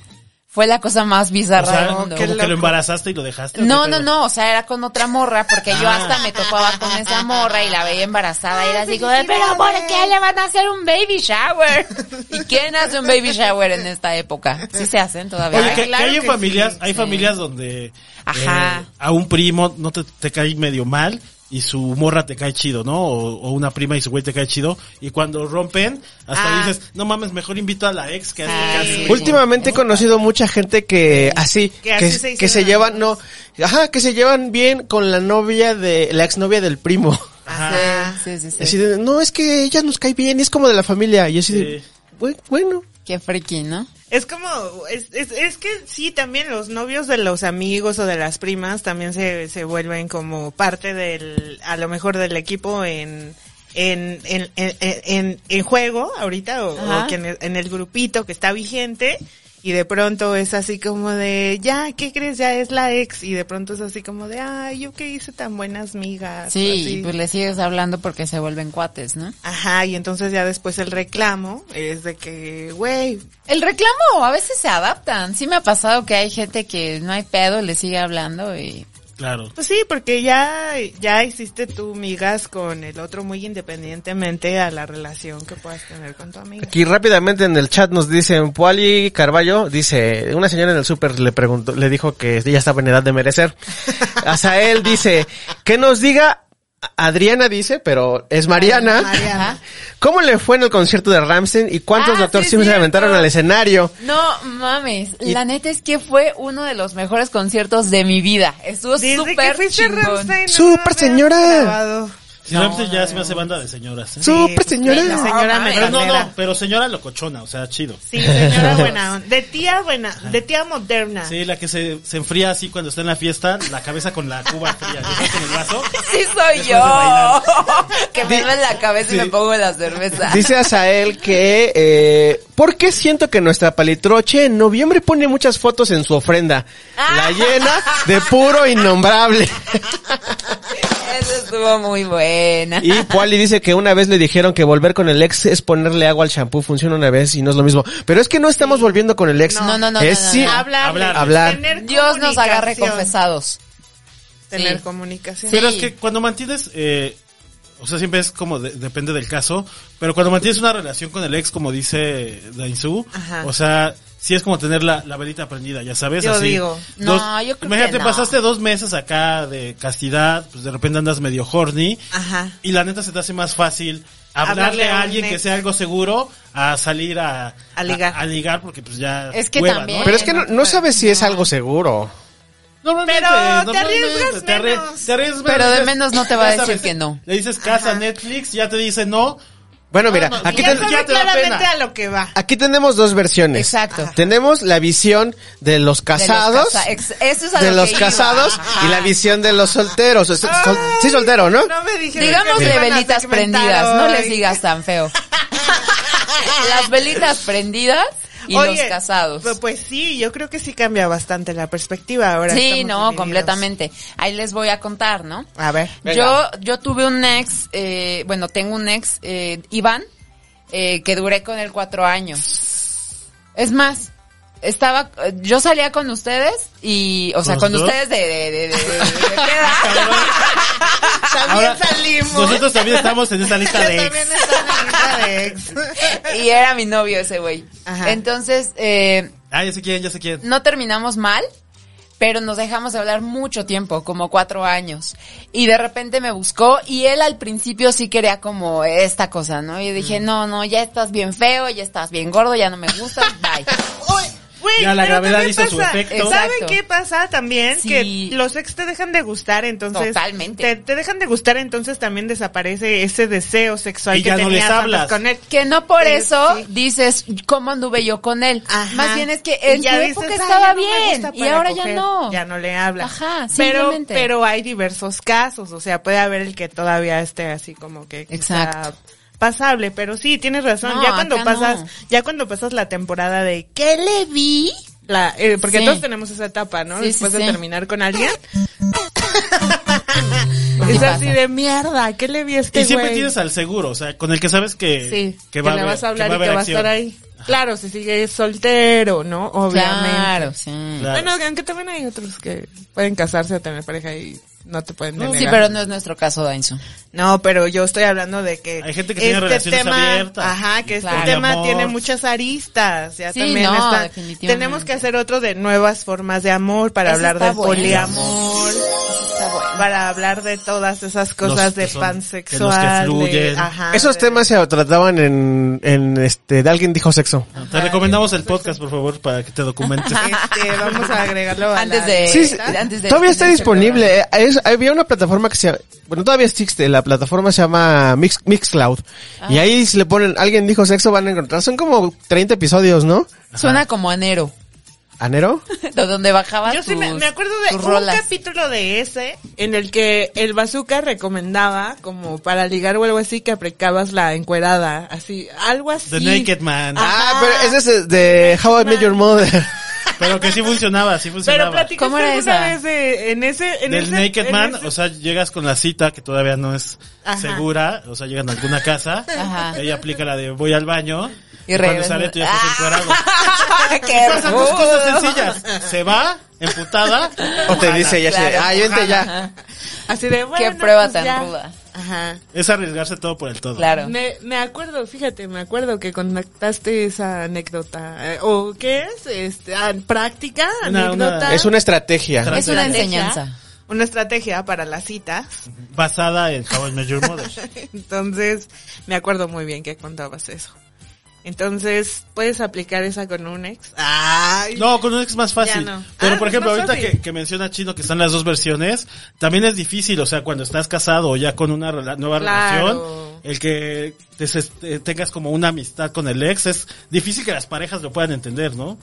Speaker 4: Fue la cosa más
Speaker 8: o
Speaker 4: bizarra
Speaker 8: sea,
Speaker 4: del
Speaker 8: como
Speaker 4: mundo.
Speaker 8: que lo embarazaste y lo dejaste. ¿o
Speaker 4: No,
Speaker 8: qué
Speaker 4: no,
Speaker 8: pedo?
Speaker 4: no, o sea, era con otra morra, porque yo
Speaker 8: Ah.
Speaker 4: hasta me topaba con esa morra y la veía embarazada y era así como, de, pero ¿por qué le van a hacer un baby shower? ¿Y quién hace un baby shower en esta época? Sí se hacen todavía.
Speaker 8: Oye, que,
Speaker 5: claro
Speaker 8: que hay en
Speaker 5: que
Speaker 8: familias, hay
Speaker 4: sí.
Speaker 8: familias donde
Speaker 4: Ajá.
Speaker 8: eh, a un primo no te, te cae medio mal y su morra te cae chido, ¿no? O, o una prima y su güey te cae chido. Y cuando rompen, hasta
Speaker 4: Ah.
Speaker 8: dices, no mames, mejor invito a la ex que a
Speaker 4: Ah,
Speaker 8: que a-
Speaker 4: sí.
Speaker 6: Últimamente he conocido mucha gente que así,
Speaker 5: Que
Speaker 6: que,
Speaker 5: así se
Speaker 6: que,
Speaker 5: hicieron
Speaker 6: se llevan, no,
Speaker 5: amigos.
Speaker 6: ajá, que se llevan bien con la novia de, la exnovia del primo.
Speaker 4: Ah, sí, sí, sí,
Speaker 6: Así de, no, es que ella nos cae bien, es como de la familia. Y así de,
Speaker 8: Sí.
Speaker 6: "Bue- bueno,
Speaker 4: Qué friki, ¿no?
Speaker 5: Es como, es, es, es que sí, también los novios de los amigos o de las primas también se, se vuelven como parte del, a lo mejor del equipo en, en, en, en, en, en juego ahorita o, o
Speaker 4: Ajá.
Speaker 5: que en, el, en el grupito que está vigente. Y de pronto es así como de, ya, ¿qué crees? Ya es la ex. Y de pronto es así como de, ay, yo que hice tan buenas migas.
Speaker 4: Sí,
Speaker 5: así.
Speaker 4: y pues le sigues hablando porque se vuelven cuates, ¿no?
Speaker 5: Ajá, y entonces ya después el reclamo es de que, güey,
Speaker 4: El reclamo, a veces se adaptan. Sí me ha pasado que hay gente que no hay pedo, y le sigue hablando y...
Speaker 8: Claro.
Speaker 5: Pues sí, porque ya, ya hiciste tú migas con el otro muy independientemente a la relación que puedas tener con tu amiga.
Speaker 6: Aquí rápidamente en el chat nos dicen Puali Carballo, dice, una señora en el súper le preguntó, le dijo que ella estaba en edad de merecer. Azael dice, que nos diga, Adriana dice, pero es Mariana.
Speaker 4: Ajá.
Speaker 6: ¿Cómo le fue en el concierto de Ramstein y cuántos
Speaker 4: Ah,
Speaker 6: doctores
Speaker 4: sí,
Speaker 6: Simi se
Speaker 4: cierto.
Speaker 6: aventaron al escenario?
Speaker 4: No mames,
Speaker 6: Y-
Speaker 4: la neta es que fue uno de los mejores conciertos de mi vida. Estuvo
Speaker 5: Desde que
Speaker 4: súper
Speaker 5: fuiste
Speaker 4: chingón.
Speaker 5: Rammstein, no
Speaker 6: ¡Súper,
Speaker 5: habías
Speaker 6: señora!
Speaker 5: grabado.
Speaker 8: Si Ramsey ya se me hace banda de señoras. ¿eh?
Speaker 6: ¡Súper
Speaker 5: pues,
Speaker 6: señora!
Speaker 5: la señora
Speaker 4: No,
Speaker 8: Pero no,
Speaker 5: metalera.
Speaker 8: no, pero señora locochona, o sea, chido.
Speaker 5: Sí, señora buena. on- De tía buena, de tía moderna.
Speaker 8: Sí, la que se, se enfría así cuando está en la fiesta, la cabeza con la cuba fría, ya sabes, con el vaso.
Speaker 4: Sí soy yo.
Speaker 8: bailar.
Speaker 4: que me duele la cabeza y me pongo la cerveza.
Speaker 6: Dice Azael que, eh, ¿por qué siento que nuestra palitroche en noviembre pone muchas fotos en su ofrenda? La llena de puro innombrable.
Speaker 4: Eso estuvo muy buena.
Speaker 6: Y Puali dice que una vez le dijeron que volver con el ex es ponerle agua al shampoo, funciona una vez y no es lo mismo. Pero es que no estamos volviendo con el ex.
Speaker 4: No, no, no,
Speaker 6: Es
Speaker 4: no, no,
Speaker 6: sí-
Speaker 4: no.
Speaker 5: Hablar,
Speaker 8: Hablar.
Speaker 6: Hablar.
Speaker 5: tener
Speaker 4: Dios nos agarre
Speaker 5: comunicación.
Speaker 4: confesados.
Speaker 5: Tener
Speaker 4: Sí.
Speaker 5: comunicación.
Speaker 4: Sí.
Speaker 8: Pero es que cuando mantienes, eh, o sea, siempre es como, de- depende del caso, pero cuando mantienes una relación con el ex, como dice Dainzú,
Speaker 5: Ajá.
Speaker 8: o sea, sí es como tener la, la velita prendida, ya sabes,
Speaker 5: Yo
Speaker 8: así.
Speaker 5: digo.
Speaker 4: No, yo creo que
Speaker 8: Imagínate,
Speaker 4: no.
Speaker 8: pasaste dos meses acá de castidad, pues de repente andas medio horny,
Speaker 5: Ajá.
Speaker 8: y la neta se te hace más fácil
Speaker 5: Hablarle
Speaker 8: hablarle
Speaker 5: a un
Speaker 8: a alguien que
Speaker 5: ex.
Speaker 8: sea algo seguro a salir a,
Speaker 5: A ligar.
Speaker 8: a, ligar porque pues ya
Speaker 4: Es que
Speaker 8: hueva,
Speaker 4: también-
Speaker 8: ¿no?
Speaker 6: Pero es que no, no sabes si es algo seguro.
Speaker 8: Normalmente,
Speaker 5: Pero te
Speaker 8: normalmente,
Speaker 5: arriesgas
Speaker 8: te arrie-
Speaker 5: menos.
Speaker 8: te arriesgas
Speaker 4: Pero de
Speaker 8: dices,
Speaker 4: menos no te va a
Speaker 8: ya
Speaker 4: decir que no.
Speaker 8: Le dices casa Netflix, ya te dice no.
Speaker 6: Bueno, mira,
Speaker 8: no,
Speaker 6: aquí,
Speaker 8: ya
Speaker 6: ten-
Speaker 5: Ya sabe
Speaker 8: te da
Speaker 5: claramente
Speaker 8: pena.
Speaker 5: a lo que va.
Speaker 6: aquí tenemos dos versiones.
Speaker 4: Exacto.
Speaker 6: Tenemos la visión
Speaker 4: De
Speaker 6: de los
Speaker 4: los
Speaker 6: casados.
Speaker 4: casa- ex- Eso es a
Speaker 6: de
Speaker 4: lo
Speaker 6: los
Speaker 4: que iba.
Speaker 6: casados y la visión de los solteros. O sea, sol-
Speaker 5: Ay,
Speaker 6: sí, soltero, ¿no?
Speaker 5: No me dijeron
Speaker 4: Digamos
Speaker 5: que me
Speaker 4: de
Speaker 5: iban a
Speaker 4: velitas
Speaker 5: segmentar
Speaker 4: prendidas, no
Speaker 5: hoy.
Speaker 4: les digas tan feo. Las velitas prendidas y
Speaker 5: Oye,
Speaker 4: los casados.
Speaker 5: Pues, pues sí, yo creo que sí cambia bastante la perspectiva ahora.
Speaker 4: Sí,
Speaker 5: estamos
Speaker 4: no,
Speaker 5: divididos.
Speaker 4: completamente. Ahí les voy a contar, ¿no?
Speaker 5: A ver.
Speaker 6: Venga.
Speaker 4: Yo, yo tuve un ex, eh, bueno, tengo un ex, eh, Iván, eh, que duré con él cuatro años. Es más, estaba, eh, yo salía con ustedes y, o sea,
Speaker 8: ¿Con
Speaker 4: con
Speaker 8: los dos?
Speaker 4: ustedes de, de, de, de- de- de- de qué edad.
Speaker 5: También
Speaker 8: Ahora,
Speaker 5: salimos.
Speaker 8: Nosotros también estamos en esa lista de ex.
Speaker 5: También está en la lista de ex.
Speaker 4: y era mi novio ese güey.
Speaker 5: Ajá.
Speaker 4: Entonces, eh,
Speaker 8: Ah, ya sé quién, ya sé quién.
Speaker 4: no terminamos mal, pero nos dejamos de hablar mucho tiempo, como cuatro años. Y de repente me buscó y él al principio sí quería como esta cosa, ¿no? Y
Speaker 5: Mm.
Speaker 4: dije, no, no, ya estás bien feo, ya estás bien gordo, ya no me gustas, bye.
Speaker 5: Uy, güey,
Speaker 8: Ya la
Speaker 5: pero
Speaker 8: gravedad
Speaker 5: también
Speaker 8: hizo su
Speaker 5: pasa-
Speaker 8: efecto.
Speaker 5: ¿Saben
Speaker 4: Exacto.
Speaker 5: qué pasa también?
Speaker 4: Sí.
Speaker 5: Que los ex te dejan de gustar, entonces.
Speaker 4: Totalmente.
Speaker 5: Te, te dejan de gustar, entonces también desaparece ese deseo sexual
Speaker 8: Y
Speaker 5: que
Speaker 8: ya no
Speaker 5: tenías
Speaker 8: les
Speaker 5: antes
Speaker 8: hablas.
Speaker 5: con él.
Speaker 4: Que no por
Speaker 5: Sí,
Speaker 4: eso
Speaker 5: sí.
Speaker 4: dices cómo anduve yo con él.
Speaker 5: Ajá.
Speaker 4: Más bien es que
Speaker 5: Y
Speaker 4: en su
Speaker 5: ya dices,
Speaker 4: época
Speaker 5: "Ay,
Speaker 4: estaba
Speaker 5: ya no me
Speaker 4: bien
Speaker 5: gusta
Speaker 4: y
Speaker 5: para
Speaker 4: ahora ya
Speaker 5: coger".
Speaker 4: no.
Speaker 5: Ya no le habla.
Speaker 4: Ajá,
Speaker 5: pero,
Speaker 4: simplemente.
Speaker 5: pero hay diversos casos, o sea, puede haber el que todavía esté así como que quizá
Speaker 4: Exacto.
Speaker 5: pasable, pero sí, tienes razón,
Speaker 4: No,
Speaker 5: ya cuando
Speaker 4: acá
Speaker 5: pasas,
Speaker 4: no.
Speaker 5: ya cuando pasas la temporada de ¿qué le vi? La, eh, porque
Speaker 4: Sí.
Speaker 5: todos tenemos esa etapa, ¿no?
Speaker 4: Sí, sí,
Speaker 5: Después de
Speaker 4: sí.
Speaker 5: terminar con alguien.
Speaker 4: Sí
Speaker 5: es
Speaker 4: pasa.
Speaker 5: así de mierda, ¿qué le vi a este
Speaker 8: y siempre
Speaker 5: güey?
Speaker 8: tienes al seguro, o sea, con el que sabes que,
Speaker 5: Sí, que,
Speaker 8: va a
Speaker 5: le
Speaker 8: haber-
Speaker 5: vas a hablar
Speaker 8: va
Speaker 5: y que va a
Speaker 8: acción.
Speaker 5: estar ahí. Claro, si sigue soltero, ¿no? Obviamente.
Speaker 4: Claro, sí.
Speaker 8: Claro.
Speaker 5: Bueno, aunque también hay otros que pueden casarse o tener pareja y no te pueden
Speaker 8: No,
Speaker 5: denegar.
Speaker 4: Sí, pero no es nuestro caso, Dainzu.
Speaker 5: No, pero yo estoy hablando de que este
Speaker 8: Hay gente que tiene relaciones abiertas.
Speaker 5: ajá, que este
Speaker 8: Claro.
Speaker 5: tema
Speaker 8: Poliamor.
Speaker 5: tiene muchas aristas, ya
Speaker 4: Sí,
Speaker 5: también
Speaker 4: no,
Speaker 5: está.
Speaker 4: definitivamente.
Speaker 5: Tenemos que hacer otro de nuevas formas de amor para
Speaker 4: Eso
Speaker 5: hablar
Speaker 4: está
Speaker 5: de
Speaker 4: bueno.
Speaker 5: poliamor, para hablar de todas esas cosas
Speaker 8: que
Speaker 5: de
Speaker 8: son-
Speaker 5: pansexual,
Speaker 8: que los que
Speaker 5: de-
Speaker 8: fluyen.
Speaker 5: ajá,
Speaker 6: Esos
Speaker 5: de-
Speaker 6: temas se trataban en, en este, de alguien dijo sexo.
Speaker 8: Te
Speaker 5: ah,
Speaker 8: recomendamos
Speaker 5: pues,
Speaker 8: el podcast, por favor, para que te documentes.
Speaker 5: Este, vamos a agregarlo a
Speaker 4: Antes
Speaker 5: la-
Speaker 4: de...
Speaker 6: Sí, sí,
Speaker 4: antes de
Speaker 6: todavía está
Speaker 4: de-
Speaker 6: disponible. eh, es- había una plataforma que se bueno, todavía existe, la plataforma se llama Mix, Mixcloud. Y
Speaker 4: Ah.
Speaker 6: ahí si le ponen, alguien dijo sexo, van a encontrar, son como 30 episodios, ¿no?
Speaker 4: Suena como anero.
Speaker 6: ¿Anero?
Speaker 4: de donde bajabas
Speaker 5: Yo sí me,
Speaker 4: tus-
Speaker 5: me acuerdo de
Speaker 4: tus
Speaker 5: un
Speaker 4: rolas.
Speaker 5: capítulo de ese en el que el bazooka recomendaba como para ligar o algo así que aplicabas la encuerada, así, algo así.
Speaker 8: The Naked Man.
Speaker 6: Ah, pero ese es de How I Met Your Mother.
Speaker 8: Pero que sí funcionaba, sí
Speaker 5: Pero
Speaker 8: funcionaba.
Speaker 5: platicaste
Speaker 4: ¿Cómo era
Speaker 5: alguna
Speaker 4: esa?
Speaker 5: vez de- en ese, en
Speaker 8: Del
Speaker 5: ese-
Speaker 8: Naked
Speaker 5: en
Speaker 8: Man,
Speaker 5: ese-
Speaker 8: o sea, llegas con la cita que todavía no es
Speaker 5: Ajá.
Speaker 8: segura, o sea, llegan a alguna casa,
Speaker 4: Ajá.
Speaker 8: ella aplica la de voy al baño,
Speaker 4: Y
Speaker 8: y, cuando
Speaker 4: regresa.
Speaker 8: sale tú ya estás
Speaker 5: Ah.
Speaker 8: encuerado.
Speaker 4: ¡Qué
Speaker 8: Pasan dos cosas sencillas, se va, emputada,
Speaker 6: O te dice ya, se-
Speaker 4: claro.
Speaker 6: ah, yo vente ya.
Speaker 5: así de bueno,
Speaker 4: Qué prueba
Speaker 5: pues
Speaker 4: tan
Speaker 5: ya.
Speaker 4: ruda.
Speaker 5: Ajá.
Speaker 8: es arriesgarse todo por el todo.
Speaker 4: Claro.
Speaker 5: Me, me acuerdo, fíjate, me acuerdo que contaste esa anécdota. eh, ¿O qué es? Este, ah, ¿Práctica?
Speaker 8: Una- una-
Speaker 5: ¿Anécdota?
Speaker 6: Es una estrategia.
Speaker 4: Es una
Speaker 5: estrategia,
Speaker 4: enseñanza.
Speaker 5: Una estrategia para las citas.
Speaker 8: Basada en How I Met Your Mother.
Speaker 5: Entonces, me acuerdo muy bien que contabas eso. Entonces, puedes aplicar esa con un ex. Ah, Ay.
Speaker 8: No, con un ex más fácil.
Speaker 5: Ya no.
Speaker 8: Pero
Speaker 5: Ah,
Speaker 8: por
Speaker 5: es
Speaker 8: ejemplo,
Speaker 5: más
Speaker 8: ahorita
Speaker 5: fácil.
Speaker 8: que, que menciona Chino que están las dos versiones, también es difícil, o sea, cuando estás casado o ya con una rela- nueva
Speaker 5: Claro.
Speaker 8: relación, el que te ses- eh, tengas como una amistad con el ex, es difícil que las parejas lo puedan entender, ¿no?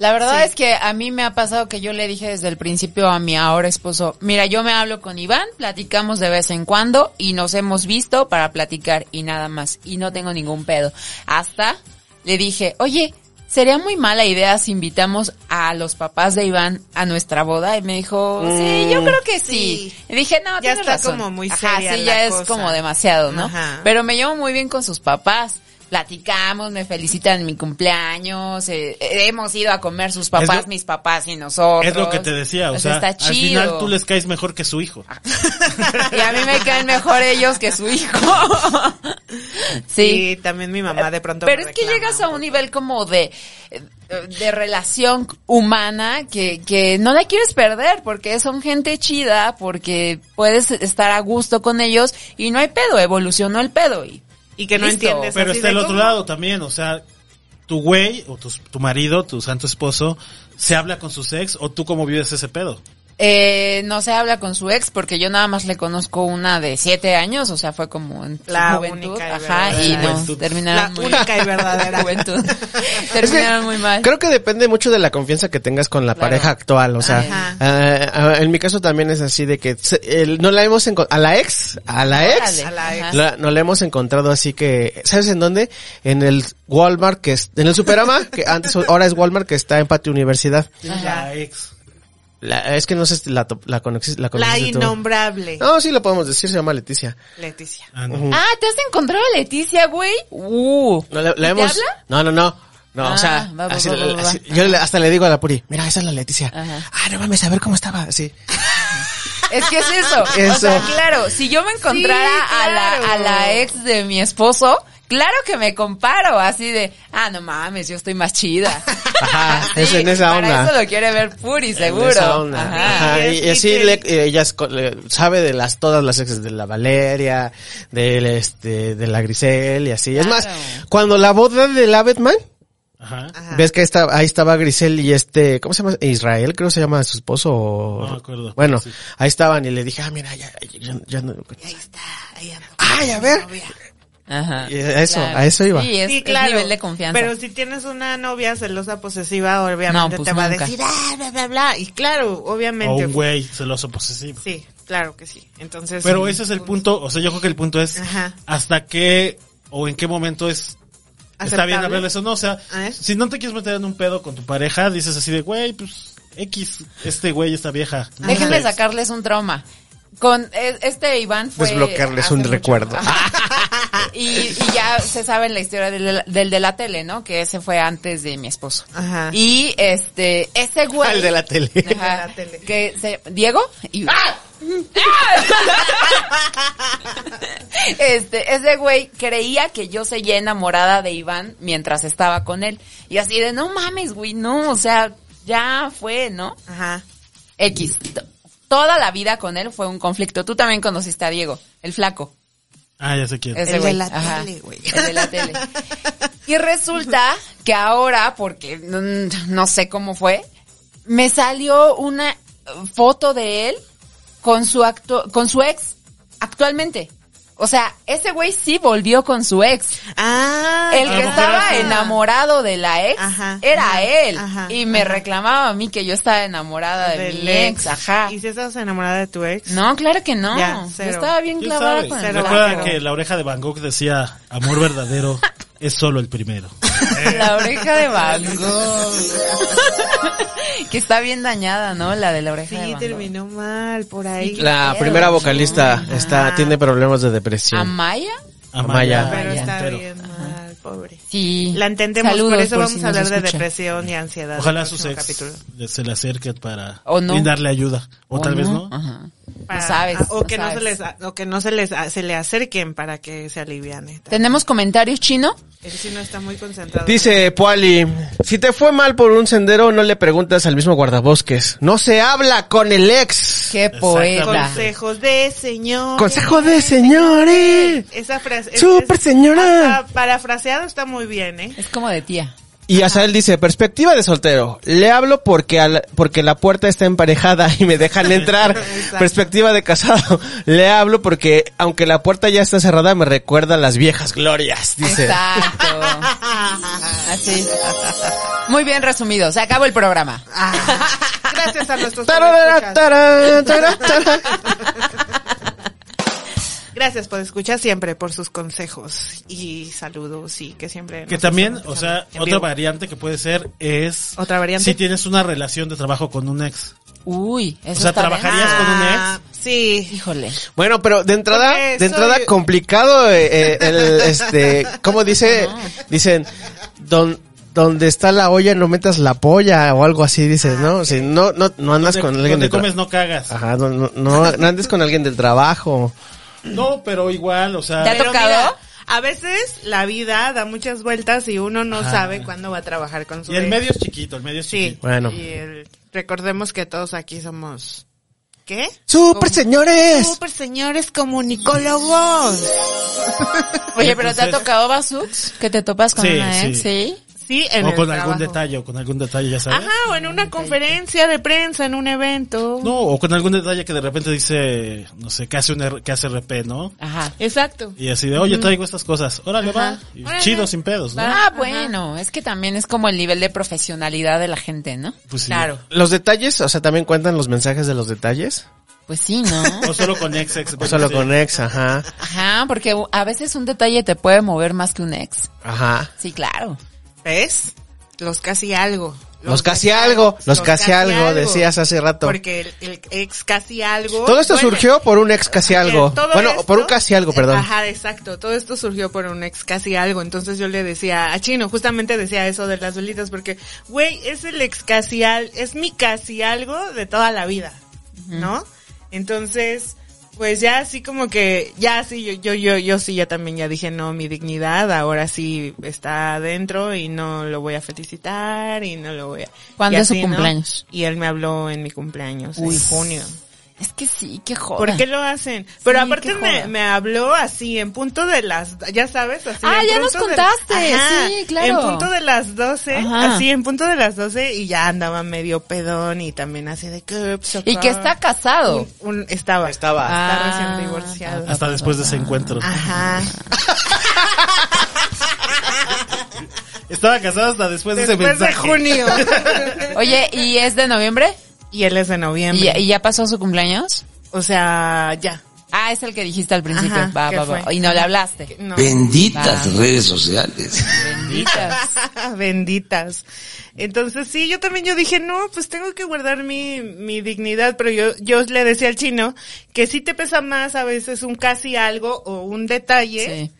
Speaker 4: La verdad es que a mí me ha pasado que yo le dije desde el principio a mi ahora esposo, mira, yo me hablo con Iván, platicamos de vez en cuando y nos hemos visto para platicar y nada más. Y no tengo ningún pedo. Hasta le dije, oye, sería muy mala idea si invitamos a los papás de Iván a nuestra boda. Y me dijo, sí, yo creo que sí.
Speaker 5: Mm. Sí.
Speaker 4: Y dije, no,
Speaker 5: Ya
Speaker 4: tienes
Speaker 5: está
Speaker 4: razón.
Speaker 5: como muy
Speaker 4: Ajá,
Speaker 5: seria
Speaker 4: sí,
Speaker 5: la
Speaker 4: ya
Speaker 5: cosa.
Speaker 4: es como demasiado, ¿no?
Speaker 5: Ajá.
Speaker 4: Pero me llevo muy bien con sus papás. Platicamos, me felicitan en mi cumpleaños, eh, eh, hemos ido a comer sus papás,
Speaker 8: lo-
Speaker 4: mis papás y nosotros.
Speaker 8: Es lo que te decía, o
Speaker 4: Pues
Speaker 8: sea,
Speaker 4: está
Speaker 8: al
Speaker 4: chido.
Speaker 8: final tú les caes mejor que su hijo.
Speaker 5: Ah, pues
Speaker 4: Y a mí me caen mejor ellos que su hijo. sí.
Speaker 5: Sí, también mi mamá de pronto.
Speaker 4: Pero
Speaker 5: me
Speaker 4: es que
Speaker 5: reclama
Speaker 4: llegas a un
Speaker 5: poco.
Speaker 4: nivel como de eh, de relación humana que, que no la quieres perder porque son gente chida, porque puedes estar a gusto con ellos y no hay pedo, evolucionó el pedo y
Speaker 5: Y que no
Speaker 4: Listo.
Speaker 5: entiendes.
Speaker 8: Pero
Speaker 5: así
Speaker 8: está
Speaker 5: de
Speaker 8: el otro
Speaker 5: cómo.
Speaker 8: lado también, o sea, tu güey o tu, tu marido, tu santo esposo, se habla con sus ex o tú cómo vives ese pedo.
Speaker 4: Eh, no se habla con su ex porque yo nada más le conozco una de siete años, o sea, fue como en su
Speaker 5: La
Speaker 4: juventud,
Speaker 5: única y
Speaker 4: ajá, y
Speaker 8: verdadera.
Speaker 4: no,
Speaker 8: Juventud.
Speaker 5: La
Speaker 4: terminaron muy
Speaker 5: única y verdadera.
Speaker 4: juventud.
Speaker 6: Es que
Speaker 4: terminaron muy mal.
Speaker 6: Creo que depende mucho de la confianza que tengas con la
Speaker 4: Claro.
Speaker 6: pareja actual, o sea,
Speaker 5: Ajá.
Speaker 6: eh, eh, en mi caso también es así de que se- el- no la hemos encontrado, a la ex, a la ex,
Speaker 4: Órale,
Speaker 5: a la ex.
Speaker 4: ajá.
Speaker 6: La- no la hemos encontrado así que, ¿sabes en dónde? En el Walmart que es, en el Superama, que antes, ahora es Walmart que está en Patio Universidad.
Speaker 8: La ex.
Speaker 6: La- es que no sé, si la, to- la, conoces- la
Speaker 5: La
Speaker 6: conoces tú.
Speaker 5: innombrable.
Speaker 6: No, sí lo podemos decir, se llama Leticia.
Speaker 5: Leticia.
Speaker 8: Ah, no.
Speaker 4: Ah, ¿te has encontrado a Leticia, güey?
Speaker 6: Ah.
Speaker 4: Uh.
Speaker 6: No, la, la
Speaker 4: ¿Te
Speaker 6: hemos-
Speaker 4: habla?
Speaker 6: No, no, no. No,
Speaker 4: Ah,
Speaker 6: o sea,
Speaker 4: va, va,
Speaker 6: así-
Speaker 4: va, va, va.
Speaker 6: así- yo le- hasta le digo a la Puri, mira, esa es la Leticia.
Speaker 4: Ajá.
Speaker 6: Ah, no mames, a ver cómo estaba, sí.
Speaker 4: Es que es eso. O sea,
Speaker 6: Eso.
Speaker 4: claro, si yo me encontrara
Speaker 5: claro.
Speaker 4: a, la, a la ex de mi esposo, claro que me comparo, así de, ah, no mames, yo estoy más chida.
Speaker 6: Ajá,
Speaker 4: Sí,
Speaker 6: es en esa
Speaker 4: para
Speaker 6: onda.
Speaker 4: Eso lo quiere ver Puri, seguro.
Speaker 6: En esa onda.
Speaker 4: Ajá.
Speaker 6: Ajá,
Speaker 5: Y
Speaker 6: Y,
Speaker 5: es
Speaker 6: y así
Speaker 5: que-
Speaker 6: le- eh, ella es co- le- sabe de las todas las exes de la Valeria, del este de la Grisel y así. Es más,
Speaker 4: Claro.
Speaker 6: cuando la boda de la Batman,
Speaker 8: Ajá.
Speaker 5: Ajá.
Speaker 6: ves que esta- ahí estaba Grisel y este, ¿cómo se llama? Israel, creo se llama su esposo. o-
Speaker 8: No me acuerdo.
Speaker 6: Bueno,
Speaker 8: Sí.
Speaker 6: ahí estaban y le dije, ah, mira, ya, ya, ya, ya no.
Speaker 5: Ahí está. Ahí anda.
Speaker 6: Ay, a ver.
Speaker 4: Ajá.
Speaker 6: Y a eso,
Speaker 4: Claro.
Speaker 6: a eso iba.
Speaker 4: Sí, es,
Speaker 5: Sí,
Speaker 4: es
Speaker 5: claro.
Speaker 4: nivel de confianza.
Speaker 5: Pero si tienes una novia celosa posesiva, obviamente
Speaker 4: No, pues
Speaker 5: te va
Speaker 4: nunca.
Speaker 5: a decir, ah, bla, bla, bla. Y claro,
Speaker 8: O
Speaker 5: obviamente.
Speaker 8: un Oh, güey celoso posesivo.
Speaker 5: Sí, claro que sí. Entonces.
Speaker 8: Pero
Speaker 5: Pues sí.
Speaker 8: ese es el punto, o sea, yo creo que el punto es
Speaker 5: Ajá.
Speaker 8: hasta qué o en qué momento es está bien
Speaker 5: Aceptable.
Speaker 8: hablar de eso, no, o sea,
Speaker 5: A ver.
Speaker 8: si no te quieres meter en un pedo con tu pareja, dices así de, güey, pues X, este güey está vieja. No
Speaker 4: Déjenme
Speaker 8: sé.
Speaker 4: sacarles un trauma. Con eh, este Iván fue
Speaker 6: Desbloquearles
Speaker 4: hace
Speaker 6: un
Speaker 4: mucho-
Speaker 6: recuerdo.
Speaker 4: Ajá. y, y ya se sabe la historia del, de la- del de la tele, ¿no? Que ese fue antes de mi esposo.
Speaker 5: Ajá.
Speaker 4: Y este, ese güey.
Speaker 6: Al de la tele.
Speaker 4: Ajá,
Speaker 5: El de la tele.
Speaker 4: Que se, Diego. Y, Este, ese güey creía que yo seguía enamorada de Iván mientras estaba con él. Y así de, no mames, güey, no, o sea, ya fue, ¿no?
Speaker 5: Ajá.
Speaker 4: X. T- Toda la vida con él fue un conflicto. Tú también conociste a Diego, el flaco.
Speaker 8: Ah, ya sé quién.
Speaker 4: Ese
Speaker 5: El de
Speaker 4: güey,
Speaker 5: la tele, güey.
Speaker 4: El de la tele. Y resulta que ahora, porque mm, no sé cómo fue, me salió una eh, foto de él con su actu- con su ex actualmente. O sea, ese güey sí volvió con su ex.
Speaker 5: Ah,
Speaker 4: El que
Speaker 8: Ah,
Speaker 4: estaba
Speaker 8: ya.
Speaker 4: enamorado de la ex
Speaker 5: Ajá,
Speaker 4: era
Speaker 5: ajá,
Speaker 4: él.
Speaker 5: ajá,
Speaker 4: y me
Speaker 5: ajá.
Speaker 4: reclamaba a mí que yo estaba enamorada de
Speaker 5: del
Speaker 4: mi ex. Ajá.
Speaker 5: ¿Y si estabas enamorada de tu ex?
Speaker 4: No, claro que no.
Speaker 5: Ya,
Speaker 4: yo
Speaker 5: cero.
Speaker 4: estaba bien
Speaker 8: ¿Quién
Speaker 4: clavada
Speaker 8: sabe?
Speaker 4: con
Speaker 8: ¿Se
Speaker 4: el
Speaker 8: recuerdan
Speaker 4: blanco.
Speaker 8: que la oreja de Van Gogh decía, amor verdadero es solo el primero?
Speaker 4: La oreja de Van Gogh. que está bien dañada, ¿no? La de la oreja
Speaker 5: Sí,
Speaker 4: de Van Gogh.
Speaker 5: terminó mal por ahí.
Speaker 6: La
Speaker 4: pedo,
Speaker 6: primera
Speaker 4: no?
Speaker 6: vocalista está, tiene problemas de depresión.
Speaker 4: ¿Amaya?
Speaker 6: Amaya.
Speaker 5: pero está
Speaker 8: Montero.
Speaker 5: bien mal, pobre.
Speaker 4: Sí.
Speaker 5: La entendemos,
Speaker 4: Saludos,
Speaker 5: por eso vamos
Speaker 4: si nos
Speaker 5: a hablar de
Speaker 4: escucha.
Speaker 5: depresión y ansiedad.
Speaker 8: Ojalá
Speaker 5: en el
Speaker 8: sus
Speaker 5: próximo
Speaker 8: ex le- se le acerquen para
Speaker 4: O no.
Speaker 8: brindarle ayuda. O,
Speaker 4: ¿O
Speaker 8: tal vez no.
Speaker 4: Ajá. No
Speaker 5: Para-
Speaker 4: sabes.
Speaker 5: ah, O que no
Speaker 4: sabes.
Speaker 5: se les, a- o que no se les, a- se le acerquen para que se aliviane.
Speaker 4: ¿Tenemos comentarios chino?
Speaker 5: Él sí no está muy concentrado.
Speaker 6: Dice Puali, si te fue mal por un sendero, no le preguntas al mismo guardabosques. No se habla con el ex.
Speaker 4: ¡Qué poeta!
Speaker 5: Consejos de señor.
Speaker 6: Consejo de señores.
Speaker 5: Esa frase. es-
Speaker 6: Súper
Speaker 5: es-
Speaker 6: señora.
Speaker 5: hasta Parafraseado está muy bien, ¿eh?
Speaker 4: Es como de tía.
Speaker 6: Y Azael dice, perspectiva de soltero. Le hablo porque, al- porque la puerta está emparejada y me dejan entrar. perspectiva de casado. Le hablo porque aunque la puerta ya está cerrada, me recuerda a las viejas glorias. Dice.
Speaker 4: Exacto. Así. Muy bien resumido. Se acabó el programa.
Speaker 5: Gracias a nuestros
Speaker 6: Tarara,
Speaker 5: escuchas.
Speaker 6: tarara, tarara, tarara.
Speaker 5: Gracias por escuchar siempre, por sus consejos y saludos y que siempre.
Speaker 8: Que
Speaker 5: nos
Speaker 8: también,
Speaker 5: están
Speaker 8: o sea,
Speaker 5: escuchando en
Speaker 8: otra
Speaker 5: vivo.
Speaker 8: variante que puede ser es...
Speaker 5: ¿Otra variante?
Speaker 8: Si tienes una relación de trabajo con un ex.
Speaker 4: Uy, eso
Speaker 8: O sea,
Speaker 4: está bien.
Speaker 8: trabajarías con un
Speaker 5: Ah, sí.
Speaker 4: Híjole.
Speaker 6: Bueno, pero de entrada,
Speaker 5: Porque
Speaker 6: de entrada
Speaker 5: soy-
Speaker 6: complicado eh, eh, el, este, ¿cómo dice? Dicen, don, donde está la olla no metas la polla o algo así, dices, ¿no? Si no, no, no andas
Speaker 8: Donde-
Speaker 6: con alguien
Speaker 8: donde
Speaker 6: del tra- Ah.
Speaker 8: comes no cagas.
Speaker 6: Ajá, no, no, no, no andes con alguien del trabajo.
Speaker 8: No, pero igual, o sea...
Speaker 4: ¿Te ha
Speaker 5: Pero
Speaker 4: tocado?
Speaker 5: mira, a veces la vida da muchas vueltas y uno no
Speaker 8: Ajá.
Speaker 5: sabe cuándo va a trabajar con su
Speaker 8: Ah. Y el
Speaker 5: ex.
Speaker 8: medio es chiquito, el medio es
Speaker 5: Sí.
Speaker 8: chiquito.
Speaker 6: Bueno.
Speaker 5: Y el- recordemos que todos aquí somos. ¿Qué?
Speaker 6: ¡Super señores!
Speaker 5: Super señores comunicólogos.
Speaker 4: Oye, pero ¿te ha
Speaker 8: Entonces-
Speaker 4: tocado Basux? Que te topas con
Speaker 8: Sí,
Speaker 4: una ex,
Speaker 8: sí.
Speaker 4: ¿sí?
Speaker 5: Sí, en
Speaker 8: O
Speaker 5: el
Speaker 8: con algún
Speaker 5: trabajo.
Speaker 8: detalle, o con algún detalle, ya sabes.
Speaker 5: Ajá, o en una conferencia de prensa, en un evento.
Speaker 8: No, o con algún detalle que de repente dice, no sé, que hace, un R- que hace RP, ¿no?
Speaker 4: Ajá.
Speaker 5: Exacto.
Speaker 8: Y así de, oye, traigo estas cosas. Órale, va.
Speaker 5: Ajá.
Speaker 8: Y
Speaker 5: Órale.
Speaker 8: chido, sin pedos, ¿no?
Speaker 4: Ah, bueno, es que también es como el nivel de profesionalidad de la gente, ¿no?
Speaker 8: Pues sí.
Speaker 4: Claro.
Speaker 6: Los detalles, o sea, también cuentan los mensajes de los detalles.
Speaker 4: Pues sí, ¿no?
Speaker 8: O solo con ex, ex.
Speaker 6: O solo
Speaker 8: sí.
Speaker 6: con ex, ajá,
Speaker 4: Ajá, porque a veces un detalle te puede mover más que un ex.
Speaker 6: ajá.
Speaker 4: Sí, claro.
Speaker 5: ¿Ves? Los casi algo.
Speaker 6: Los casi algo, los casi algo, decías hace rato.
Speaker 5: Porque el, el ex casi algo.
Speaker 6: Todo esto
Speaker 5: duele.
Speaker 6: surgió por un ex casi algo.
Speaker 5: Todo
Speaker 6: Bueno,
Speaker 5: esto- eh,
Speaker 6: por un casi algo, perdón.
Speaker 5: Ajá, exacto. Todo esto surgió por un ex casi algo. Entonces yo le decía a Chino, justamente decía eso de las velitas, porque, güey, es el ex casi al, es mi casi algo de toda la vida, ¿no? Entonces, pues ya así como que, ya sí, yo, yo, yo, yo sí, ya también ya dije, no, mi dignidad ahora sí está adentro y no lo voy a felicitar y no lo voy a...
Speaker 4: ¿Cuándo
Speaker 5: y
Speaker 4: es su
Speaker 5: así, ¿no?
Speaker 4: cumpleaños?
Speaker 5: Y él me habló en mi cumpleaños,
Speaker 4: Uy.
Speaker 5: en junio.
Speaker 4: Es que sí, qué joda.
Speaker 5: ¿Por qué lo hacen? Pero
Speaker 4: Sí, qué
Speaker 5: aparte
Speaker 4: joda.
Speaker 5: me, me habló así, en punto de las, ya sabes, así.
Speaker 4: Ah,
Speaker 5: en
Speaker 4: ya nos
Speaker 5: punto de-
Speaker 4: contaste, sí, claro.
Speaker 5: En punto de las 12,
Speaker 4: Ajá.
Speaker 5: así, en punto de las 12, y ya andaba medio pedón y también así de que... pues,
Speaker 4: Y que está casado.
Speaker 5: un- un- estaba.
Speaker 6: Estaba.
Speaker 5: Está
Speaker 4: Ah.
Speaker 5: recién divorciado.
Speaker 8: Hasta después de ese encuentro.
Speaker 5: Ajá.
Speaker 8: Estaba casado hasta después, de
Speaker 5: Después
Speaker 8: ese
Speaker 5: de
Speaker 8: mensaje.
Speaker 5: junio.
Speaker 4: Oye, ¿y es de noviembre?
Speaker 5: y él es de
Speaker 4: ¿Y,
Speaker 5: noviembre.
Speaker 4: y ya pasó su cumpleaños?
Speaker 5: o sea, ya.
Speaker 4: Ah, es el que dijiste al principio.
Speaker 5: Ajá,
Speaker 4: va,
Speaker 5: ¿qué
Speaker 4: va, va.
Speaker 5: fue?
Speaker 4: Y no le hablaste.
Speaker 5: No.
Speaker 9: Benditas
Speaker 4: Va.
Speaker 9: redes sociales.
Speaker 4: Benditas.
Speaker 5: Benditas. Entonces sí, yo también yo dije, no, pues tengo que guardar mi, mi dignidad, pero yo, yo le decía al chino que sí te pesa más a veces un casi algo o un detalle
Speaker 4: Sí.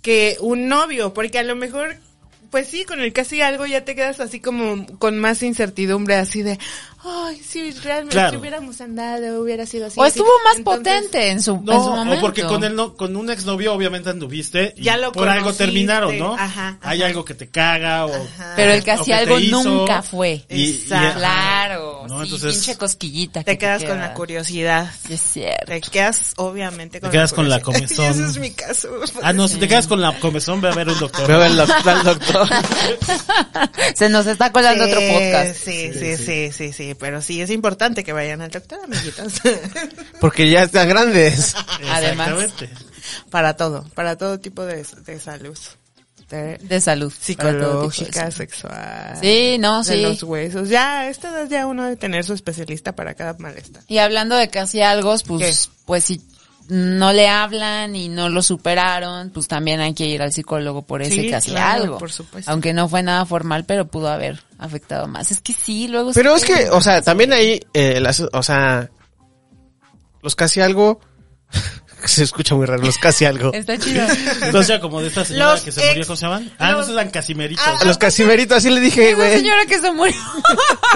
Speaker 5: que un novio, porque a lo mejor Pues sí, con el casi algo ya te quedas así como con más incertidumbre, así de, ay, si realmente
Speaker 8: Claro.
Speaker 5: si hubiéramos andado, hubiera sido así.
Speaker 4: O
Speaker 5: así".
Speaker 4: estuvo más
Speaker 5: Entonces,
Speaker 4: potente en su, en su
Speaker 8: No,
Speaker 4: momento.
Speaker 8: o porque con el no, con un exnovio obviamente anduviste y
Speaker 5: Ya lo
Speaker 8: por algo
Speaker 5: conociste.
Speaker 8: terminaron, ¿no?
Speaker 5: Ajá, ajá.
Speaker 8: Hay algo que te caga o
Speaker 4: Pero el
Speaker 8: o
Speaker 4: casi
Speaker 8: que te
Speaker 4: algo
Speaker 8: hizo.
Speaker 4: nunca fue.
Speaker 8: Y- y-
Speaker 5: Exacto.
Speaker 4: Claro,
Speaker 8: No,
Speaker 4: sí,
Speaker 8: entonces-
Speaker 4: pinche cosquillita. que
Speaker 5: Te quedas con la
Speaker 4: queda.
Speaker 5: curiosidad.
Speaker 4: Sí, Es cierto.
Speaker 5: Te quedas obviamente con
Speaker 8: quedas con la
Speaker 5: curiosidad.
Speaker 8: comezón.
Speaker 5: Y ese es mi caso.
Speaker 8: Ah, no, si te quedas con la comezón, ve a ver un doctor.
Speaker 6: Veo el doc- al doctor.
Speaker 4: Se nos está colando otro
Speaker 5: Sí,
Speaker 4: podcast.
Speaker 5: Sí sí, sí, sí, sí, sí, pero sí es importante que vayan al doctor, amiguitos.
Speaker 6: Porque ya están grandes.
Speaker 4: Además.
Speaker 8: Exactamente.
Speaker 5: para todo, para todo tipo de, de salud. De-
Speaker 4: De salud. para todo tipo de
Speaker 5: psicológica,
Speaker 4: salud.
Speaker 5: sexual.
Speaker 4: Sí, no,
Speaker 5: De
Speaker 4: sí.
Speaker 5: los huesos. Ya, esta edad ya uno debe tener su especialista para cada malestar.
Speaker 4: Y hablando de casi algo, pues, pues si no le hablan y no lo superaron, pues también hay que ir al psicólogo por ese
Speaker 5: Sí,
Speaker 4: casi
Speaker 5: claro,
Speaker 4: algo.
Speaker 5: por supuesto.
Speaker 4: Aunque no fue nada formal, pero pudo haber afectado más. Es que sí, luego sí
Speaker 6: Pero es
Speaker 4: tiene-
Speaker 6: que, o sea, también ahí, eh, las- o sea, los casi algo, se escucha muy raro, los casi algo.
Speaker 4: Está chido.
Speaker 8: Entonces ya como de esta señora
Speaker 5: Los
Speaker 8: que se murió,
Speaker 5: ex-
Speaker 8: ¿cómo se llaman? Ah, no,
Speaker 5: los-
Speaker 8: esos eran casimeritos.
Speaker 5: Ah,
Speaker 6: A los casimeritos, así le dije,
Speaker 4: Esa
Speaker 6: güey.
Speaker 4: señora que se murió.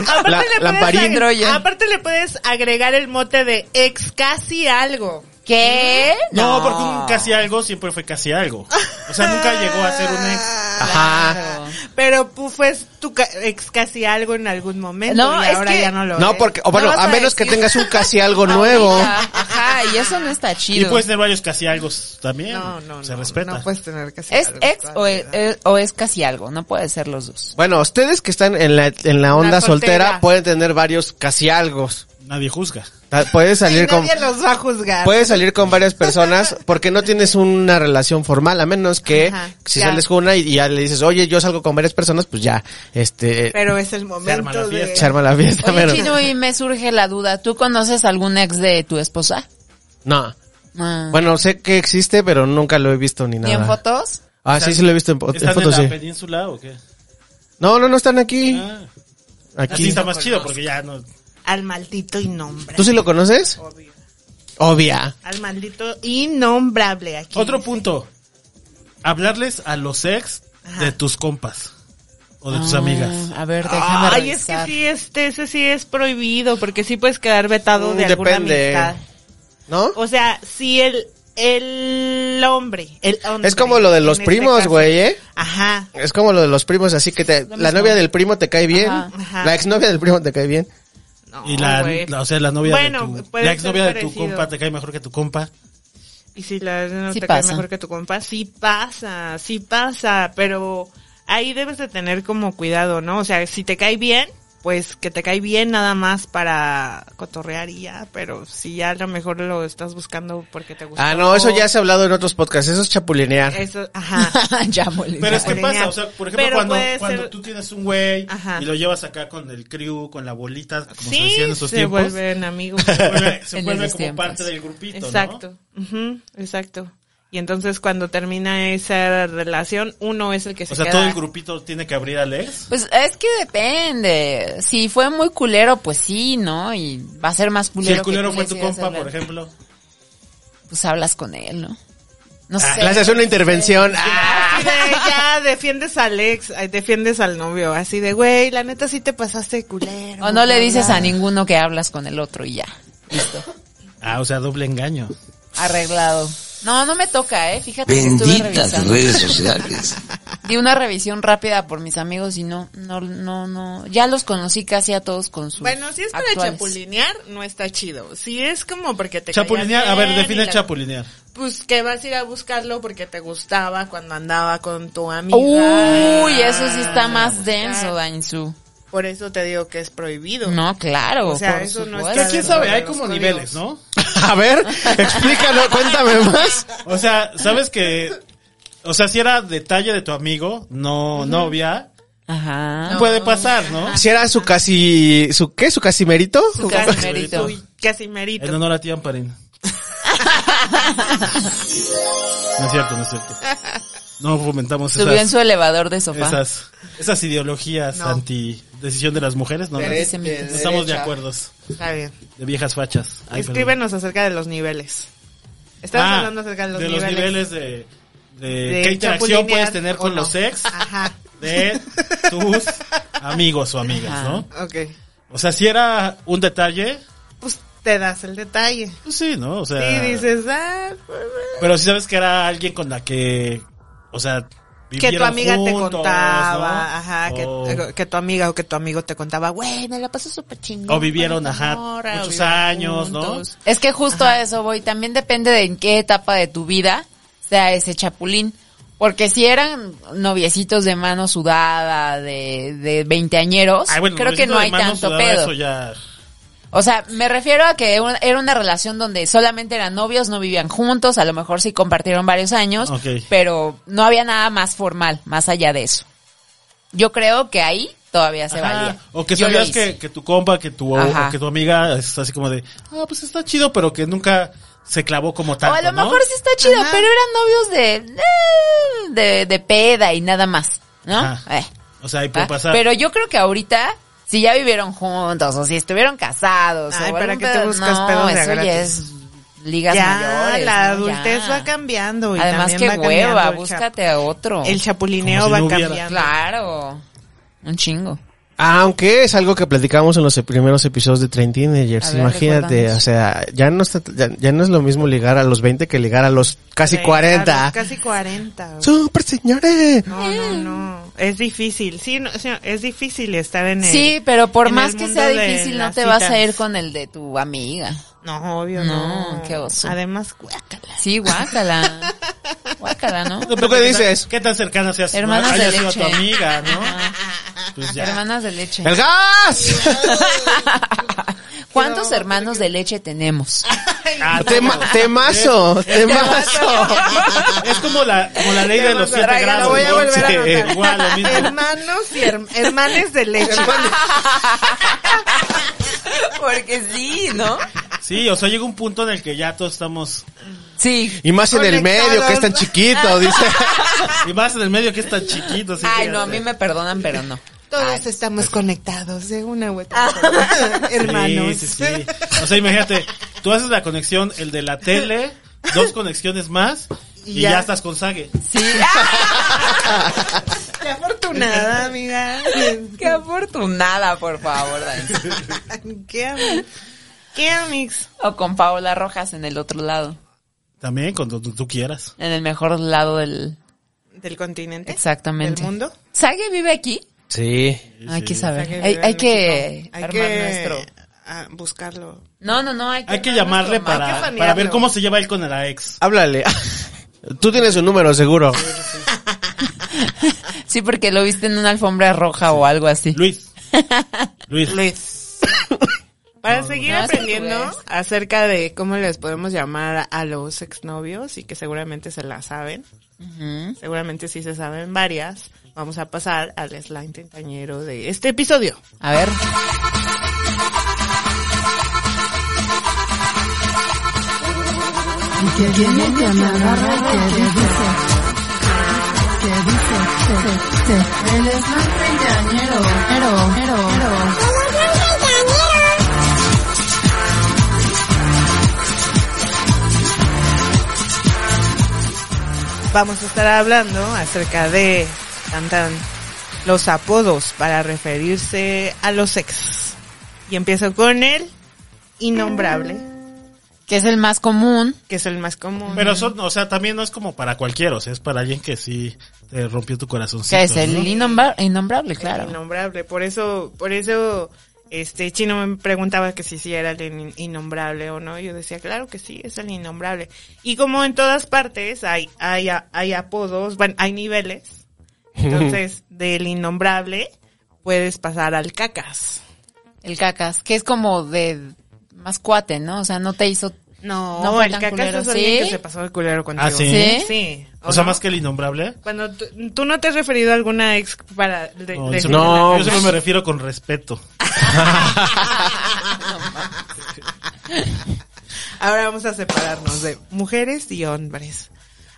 Speaker 5: Aparte,
Speaker 6: La-
Speaker 5: le
Speaker 6: Lamparín.
Speaker 5: puedes, agregar-
Speaker 4: Droyan.
Speaker 5: aparte le puedes agregar el mote de ex casi algo.
Speaker 4: ¿Qué?
Speaker 8: No, porque un casi algo siempre fue casi algo. O sea, nunca llegó a ser un ex.
Speaker 6: Ajá.
Speaker 5: Pero pues fue tu ca- ex casi algo en algún momento
Speaker 4: No,
Speaker 5: y
Speaker 4: es
Speaker 5: ahora
Speaker 4: que-
Speaker 5: ya no lo
Speaker 6: No,
Speaker 5: es.
Speaker 6: porque, o bueno,
Speaker 4: No vas
Speaker 6: a
Speaker 4: a
Speaker 6: menos que
Speaker 4: decir.
Speaker 6: tengas un casi algo nuevo.
Speaker 4: Ajá, y eso no está
Speaker 8: Y
Speaker 4: chido.
Speaker 8: puedes tener varios casi algo también.
Speaker 5: No, no,
Speaker 8: Se
Speaker 5: no,
Speaker 8: respeta.
Speaker 5: No pues. puedes tener casi
Speaker 4: ¿Es
Speaker 5: algo
Speaker 4: ex o e,
Speaker 5: toda
Speaker 4: es,
Speaker 5: la vida.
Speaker 4: es- Eh, o es casi algo? No puede ser los dos.
Speaker 6: Bueno, ustedes que están en la, en la onda
Speaker 5: La soltera.
Speaker 6: soltera, pueden tener varios casi algo.
Speaker 8: Nadie juzga.
Speaker 6: Puedes
Speaker 5: Y
Speaker 6: salir con,
Speaker 5: nadie los va a juzgar.
Speaker 6: puedes salir con varias personas porque no tienes una relación formal, a menos que
Speaker 5: Ajá,
Speaker 6: si
Speaker 5: ya.
Speaker 6: sales con una y, y ya le dices, oye, yo salgo con varias personas, pues ya, este,
Speaker 5: pero es el
Speaker 8: arma la
Speaker 5: momento de...
Speaker 8: fiesta.
Speaker 6: se arma la fiesta,
Speaker 4: Oye,
Speaker 6: pero-
Speaker 4: Chino, y me surge la duda. ¿Tú conoces algún ex de tu esposa?
Speaker 6: No.
Speaker 4: Ah.
Speaker 6: Bueno, sé que existe, pero nunca lo he visto ni nada.
Speaker 4: ¿Ni en fotos?
Speaker 6: Ah, sí, sí lo he visto en, po- en
Speaker 8: ¿Están en,
Speaker 6: fotos,
Speaker 8: la
Speaker 6: sí.
Speaker 8: península o qué?
Speaker 6: No, no, no están aquí.
Speaker 8: Ah, así
Speaker 6: aquí.
Speaker 8: está más chido porque ya no...
Speaker 5: Al maldito innombrable.
Speaker 6: ¿Tú sí lo conoces?
Speaker 5: Obvio.
Speaker 6: Obvia.
Speaker 5: Al maldito innombrable aquí.
Speaker 8: Otro punto. Hablarles a los ex de tus compas o de tus amigas.
Speaker 4: Ah, A ver, déjame
Speaker 5: Ay, es que
Speaker 4: revisar.
Speaker 5: sí, este, ese sí es prohibido, porque sí puedes quedar vetado
Speaker 6: Mm,
Speaker 5: de alguna
Speaker 6: depende.
Speaker 5: amistad.
Speaker 6: ¿No?
Speaker 5: O sea, si el, el hombre, el hombre,
Speaker 6: Es como lo de los
Speaker 5: en este
Speaker 6: primos,
Speaker 5: caso.
Speaker 6: güey, ¿eh?
Speaker 5: Ajá.
Speaker 6: Es como lo de los primos, así que te- la novia del primo te cae bien,
Speaker 4: Ajá,
Speaker 5: ajá.
Speaker 6: la exnovia del primo te cae bien.
Speaker 5: No,
Speaker 8: Y la,
Speaker 5: güey.
Speaker 8: la- o sea, la novia
Speaker 5: Ah, pues. Bueno,
Speaker 8: de tu,
Speaker 5: puede
Speaker 8: la
Speaker 5: ser
Speaker 8: exnovia de tu
Speaker 5: parecido.
Speaker 8: compa te cae mejor que tu compa.
Speaker 5: Y si la no
Speaker 4: Sí
Speaker 5: te
Speaker 4: pasa.
Speaker 5: cae mejor que tu compa, sí pasa, sí pasa, pero ahí debes de tener como cuidado, ¿no? O sea, si te cae bien, pues que te cae bien nada más para cotorrear y ya, pero si ya a lo mejor lo estás buscando porque te gusta.
Speaker 6: Ah, no, eso ya se ha hablado en otros podcasts, eso es chapulinear.
Speaker 5: Eso, ajá.
Speaker 4: Ah, ya molé.
Speaker 8: Pero es que
Speaker 5: Genial.
Speaker 8: pasa, o sea, por ejemplo,
Speaker 5: Pero
Speaker 8: cuando,
Speaker 5: puede
Speaker 8: cuando
Speaker 5: ser-
Speaker 8: tú tienes un güey
Speaker 5: Ajá.
Speaker 8: y lo llevas acá con el crew, con la bolita, como se
Speaker 5: sí,
Speaker 8: decía en
Speaker 5: se
Speaker 8: esos tiempos,
Speaker 5: vuelven amigos.
Speaker 8: se vuelve, se
Speaker 4: En
Speaker 8: vuelve
Speaker 4: esos
Speaker 8: como
Speaker 4: tiempos.
Speaker 8: parte del grupito, ¿no?
Speaker 5: exacto, ujú, exacto. Y entonces cuando termina esa relación, uno es el que se
Speaker 8: O sea,
Speaker 5: queda.
Speaker 8: todo el grupito tiene que abrir al ex.
Speaker 4: Pues es que depende. Si fue muy culero, pues sí, ¿no? Y va a ser más culero.
Speaker 8: Si el
Speaker 4: que
Speaker 8: culero
Speaker 4: tú
Speaker 8: fue
Speaker 4: le
Speaker 8: tu
Speaker 4: sigas
Speaker 8: compa, por
Speaker 4: hablando.
Speaker 8: ejemplo.
Speaker 4: Pues hablas con él, ¿no? No
Speaker 6: Ah,
Speaker 4: sé.
Speaker 6: le haces una intervención. Ah.
Speaker 5: Así de, ya defiendes al ex, ay, defiendes al novio, así de, güey, la neta sí te pasaste de culero.
Speaker 4: O no le
Speaker 5: bla,
Speaker 4: dices
Speaker 5: bla".
Speaker 4: a ninguno que hablas con el otro y ya. Listo.
Speaker 8: Ah, o sea, doble engaño.
Speaker 4: Arreglado. No, no me toca, eh. Fíjate que estuve
Speaker 9: Benditas
Speaker 4: revisando.
Speaker 9: redes sociales.
Speaker 4: Di una revisión rápida por mis amigos y no, no, no, no. Ya los conocí casi a todos con sus.
Speaker 5: Bueno, si es para
Speaker 4: actuales.
Speaker 5: chapulinear, no está chido. Si es como porque te caía
Speaker 8: Chapulinear, a ver,
Speaker 5: bien y
Speaker 8: define
Speaker 5: la-
Speaker 8: chapulinear.
Speaker 5: Pues que vas a ir a buscarlo porque te gustaba cuando andaba con tu amiga.
Speaker 4: Uy, eso sí está más denso,
Speaker 5: Buscar.
Speaker 4: Dainzú.
Speaker 5: Por eso te digo que es prohibido.
Speaker 4: No, claro.
Speaker 5: O sea,
Speaker 4: por
Speaker 5: eso no
Speaker 4: supuesto.
Speaker 5: está
Speaker 8: ¿Quién
Speaker 5: dentro
Speaker 8: sabe?
Speaker 5: de
Speaker 8: Hay
Speaker 5: los
Speaker 8: como
Speaker 5: códigos.
Speaker 8: niveles, ¿no?
Speaker 6: A ver, explícalo, cuéntame más.
Speaker 8: O sea, sabes que, o sea, si era detalle de tu amigo, no novia,
Speaker 4: Ajá.
Speaker 8: puede pasar, ¿no?
Speaker 6: Si era su casi, su qué, su casimerito.
Speaker 4: Su casimerito.
Speaker 5: Uy, Casimerito.
Speaker 8: En honor a ti, Amparina. No es cierto, no es cierto. No fomentamos
Speaker 4: Subió en
Speaker 8: esas,
Speaker 4: su elevador de sofá.
Speaker 8: esas, esas ideologías anti decisión de las mujeres, no, no, no
Speaker 4: Dere- de
Speaker 8: estamos de acuerdos,
Speaker 5: Está bien.
Speaker 8: de viejas fachas. Ay, perdón.
Speaker 5: Escríbenos acerca de los niveles. Estamos
Speaker 8: Ah,
Speaker 5: hablando acerca de los
Speaker 8: de
Speaker 5: niveles.
Speaker 8: los niveles de, de,
Speaker 5: De
Speaker 8: qué interacción
Speaker 5: chapulinear
Speaker 8: puedes tener
Speaker 5: o
Speaker 8: con
Speaker 5: no. Ah,
Speaker 8: los ex
Speaker 5: Ajá.
Speaker 8: de tus amigos o amigas, ¿no?
Speaker 5: Ok.
Speaker 8: O sea, si era un detalle,
Speaker 5: Pues te das el detalle.
Speaker 8: pues sí, ¿no? O sea,
Speaker 5: Y dices, ah, pues,
Speaker 8: pero si sabes que era alguien con la que, o sea,
Speaker 5: que tu
Speaker 8: vivieron
Speaker 5: amiga
Speaker 8: juntos,
Speaker 5: te
Speaker 8: ¿no? Oh.
Speaker 5: contaba, ajá,
Speaker 8: O-
Speaker 5: que, que tu amiga o que tu amigo te contaba, güey, me la pasó súper chingón.
Speaker 8: O vivieron,
Speaker 5: con esta
Speaker 8: ajá,
Speaker 5: morra,
Speaker 8: muchos
Speaker 5: vivieron
Speaker 8: años, ¿no?
Speaker 5: juntos".
Speaker 4: Es que justo a eso voy. También depende de en qué etapa de tu vida sea ese chapulín. Porque si eran noviecitos de mano sudada, de, de veinteañeros,
Speaker 8: Ay, bueno,
Speaker 4: creo que
Speaker 8: Luisito
Speaker 4: no
Speaker 8: de
Speaker 4: hay
Speaker 8: Manos
Speaker 4: tanto
Speaker 8: Sudada,
Speaker 4: pedo.
Speaker 8: Eso ya,
Speaker 4: O sea, me refiero a que un- era una relación donde solamente eran novios, no vivían juntos, a lo mejor sí compartieron varios años,
Speaker 8: Ok.
Speaker 4: pero no había nada más formal, más allá de eso. Yo creo que ahí todavía se
Speaker 8: Ajá,
Speaker 4: valía.
Speaker 8: Ah, O que
Speaker 4: Yo lo
Speaker 8: sabías
Speaker 4: hice.
Speaker 8: que, que tu compa, que tu, o
Speaker 4: Ajá.
Speaker 8: que tu amiga es así como de, ah, pues está chido, pero que nunca se clavó como tal.
Speaker 4: o a lo mejor sí está chido,
Speaker 5: Ajá.
Speaker 4: pero eran novios de, de, de peda y nada más, ¿no?
Speaker 8: Ajá.
Speaker 4: Eh,
Speaker 8: O sea, ahí puede
Speaker 4: ¿va?
Speaker 8: pasar.
Speaker 4: Pero yo creo que ahorita, si ya vivieron juntos o si estuvieron casados.
Speaker 5: Ay,
Speaker 4: o
Speaker 5: ¿para
Speaker 4: algún
Speaker 5: qué te
Speaker 4: pedo-
Speaker 5: buscas
Speaker 4: no,
Speaker 5: pedos de
Speaker 4: eso ya
Speaker 5: gratis?
Speaker 4: es ligas
Speaker 5: ya,
Speaker 4: mayores.
Speaker 5: la
Speaker 4: ¿no?
Speaker 5: adultez
Speaker 4: Ya.
Speaker 5: va cambiando. Y
Speaker 4: Además,
Speaker 5: también
Speaker 4: qué
Speaker 5: va cambiando
Speaker 4: hueva,
Speaker 5: el cha-
Speaker 4: búscate a otro.
Speaker 5: El chapulineo
Speaker 8: Como si
Speaker 5: va
Speaker 8: no hubiera.
Speaker 5: cambiando.
Speaker 4: claro. Un chingo.
Speaker 6: Aunque es algo que platicamos en los primeros episodios de Train
Speaker 4: A
Speaker 6: Teenagers,
Speaker 4: ver,
Speaker 6: imagínate,
Speaker 4: recuérdanos.
Speaker 6: o sea, ya no, está- ya, ya no es lo mismo ligar a los 20 que ligar a los casi
Speaker 5: Sí, a
Speaker 6: 40.
Speaker 5: los Casi 40.
Speaker 6: ¡Súper señores!
Speaker 5: No, no, no. Es difícil. Sí, no, sí, no, es difícil estar en el.
Speaker 4: Sí, pero por
Speaker 5: Eh, en
Speaker 4: más
Speaker 5: el
Speaker 4: que
Speaker 5: mundo
Speaker 4: sea
Speaker 5: de
Speaker 4: difícil, no
Speaker 5: las
Speaker 4: te vas a
Speaker 5: citas.
Speaker 4: ir con el de tu amiga.
Speaker 5: No, obvio,
Speaker 4: No,
Speaker 5: no.
Speaker 4: qué oso.
Speaker 5: Además, guácala.
Speaker 4: Sí, guácala. guácala, ¿no?
Speaker 6: ¿Tú qué dices?
Speaker 8: ¿Qué tan cercana seas
Speaker 4: Hermanas
Speaker 8: hayas
Speaker 4: de
Speaker 8: sido a tu
Speaker 4: leche.
Speaker 8: amiga, no? Pues ya.
Speaker 4: Hermanas de leche.
Speaker 6: ¡El gas!
Speaker 4: ¿Cuántos hermanos de leche tenemos?
Speaker 8: Ah,
Speaker 6: Tema- temazo, temazo.
Speaker 8: Es como la, como la ley de los siete
Speaker 5: Tráigala,
Speaker 8: grados.
Speaker 5: voy a
Speaker 8: ¿no?
Speaker 5: volver a
Speaker 8: Sí, eh,
Speaker 5: anotar.
Speaker 8: Igual, lo mismo.
Speaker 5: Hermanos y herm- hermanes de leche.
Speaker 4: Porque sí, ¿no?
Speaker 8: Sí, o sea, llega un punto en el que ya todos estamos,
Speaker 4: Sí.
Speaker 6: Y más en el
Speaker 5: Conectados.
Speaker 6: medio, que es tan chiquito, dice.
Speaker 8: y más en el medio que es tan chiquito. así
Speaker 4: Ay,
Speaker 8: que-
Speaker 4: no, a mí me perdonan, pero no.
Speaker 5: Todos estamos conectados de una u otra forma. Hermanos.
Speaker 8: Ah. Sí, sí, sí. O sea, imagínate, tú haces la conexión, el de la tele, dos conexiones más, y
Speaker 5: Ya.
Speaker 8: ya, estás con Sague.
Speaker 4: Sí. ¡ah!
Speaker 5: Qué afortunada, amiga.
Speaker 4: ¡Qué afortunada, por favor, Dani!
Speaker 5: Qué amix. Qué amix.
Speaker 4: O con Paola Rojas en el otro lado.
Speaker 8: También, cuando tú, tú quieras.
Speaker 4: En el mejor lado del...
Speaker 5: Del continente.
Speaker 4: Exactamente.
Speaker 5: Del mundo.
Speaker 4: ¿Sage vive aquí?
Speaker 6: Sí.
Speaker 4: Hay que
Speaker 5: O sea,
Speaker 4: saber.
Speaker 5: que
Speaker 4: Hay,
Speaker 5: vive
Speaker 4: hay
Speaker 5: en
Speaker 4: que
Speaker 5: México. Hay
Speaker 4: armar
Speaker 5: que
Speaker 4: nuestro.
Speaker 5: ah, buscarlo.
Speaker 4: No, no, no. Hay que,
Speaker 8: Hay que
Speaker 4: armar
Speaker 8: llamarle
Speaker 4: nuestro mapa.
Speaker 5: hay que
Speaker 8: para,
Speaker 5: planearlo.
Speaker 8: para ver cómo se lleva él con la ex.
Speaker 6: Háblale. Tú tienes un número, seguro.
Speaker 4: Sí, porque lo viste en una alfombra roja o algo así.
Speaker 8: Luis. Luis.
Speaker 5: Luis. Para seguir
Speaker 4: no, es que
Speaker 5: aprendiendo
Speaker 4: tú
Speaker 5: acerca de cómo les podemos llamar a los exnovios y que seguramente se la saben,
Speaker 4: Ujú.
Speaker 5: seguramente sí se saben varias, vamos a pasar al slime tentañero de este episodio.
Speaker 4: A ver.
Speaker 5: Vamos a estar hablando acerca de tan, tan, los apodos para referirse a los ex. Y empiezo con el innombrable,
Speaker 4: Que es el más común.
Speaker 5: que es el más común.
Speaker 8: Pero son, o sea, también no es como para cualquiera, o sea, es para alguien que sí te rompió tu corazoncito.
Speaker 4: Que es el
Speaker 8: ¿no?
Speaker 4: innombra- innombrable, claro.
Speaker 5: innombrable. Por eso, por eso, este chino me preguntaba que si sí era el in- innombrable o no. Yo decía, claro que sí, es el innombrable. Y como en todas partes hay, hay, a- hay apodos, bueno, hay niveles. Entonces, del innombrable puedes pasar al cacas.
Speaker 4: El cacas, que es como de más cuate, ¿no? O sea, no te hizo...
Speaker 5: No,
Speaker 4: No fue
Speaker 5: el
Speaker 4: tan
Speaker 5: cacas
Speaker 4: culero,
Speaker 5: es alguien
Speaker 4: ¿sí?
Speaker 5: que se pasó de culero contigo.
Speaker 8: Ah, ¿sí?
Speaker 4: ¿Sí?
Speaker 5: Sí.
Speaker 8: O sea,
Speaker 5: no?
Speaker 8: más que el innombrable.
Speaker 5: Cuando tú, tú no te has referido a alguna ex para... de-
Speaker 8: No,
Speaker 5: de-
Speaker 8: yo-
Speaker 6: No,
Speaker 8: yo solo
Speaker 6: pues-
Speaker 8: me refiero con respeto.
Speaker 5: Ahora vamos a separarnos de mujeres y hombres.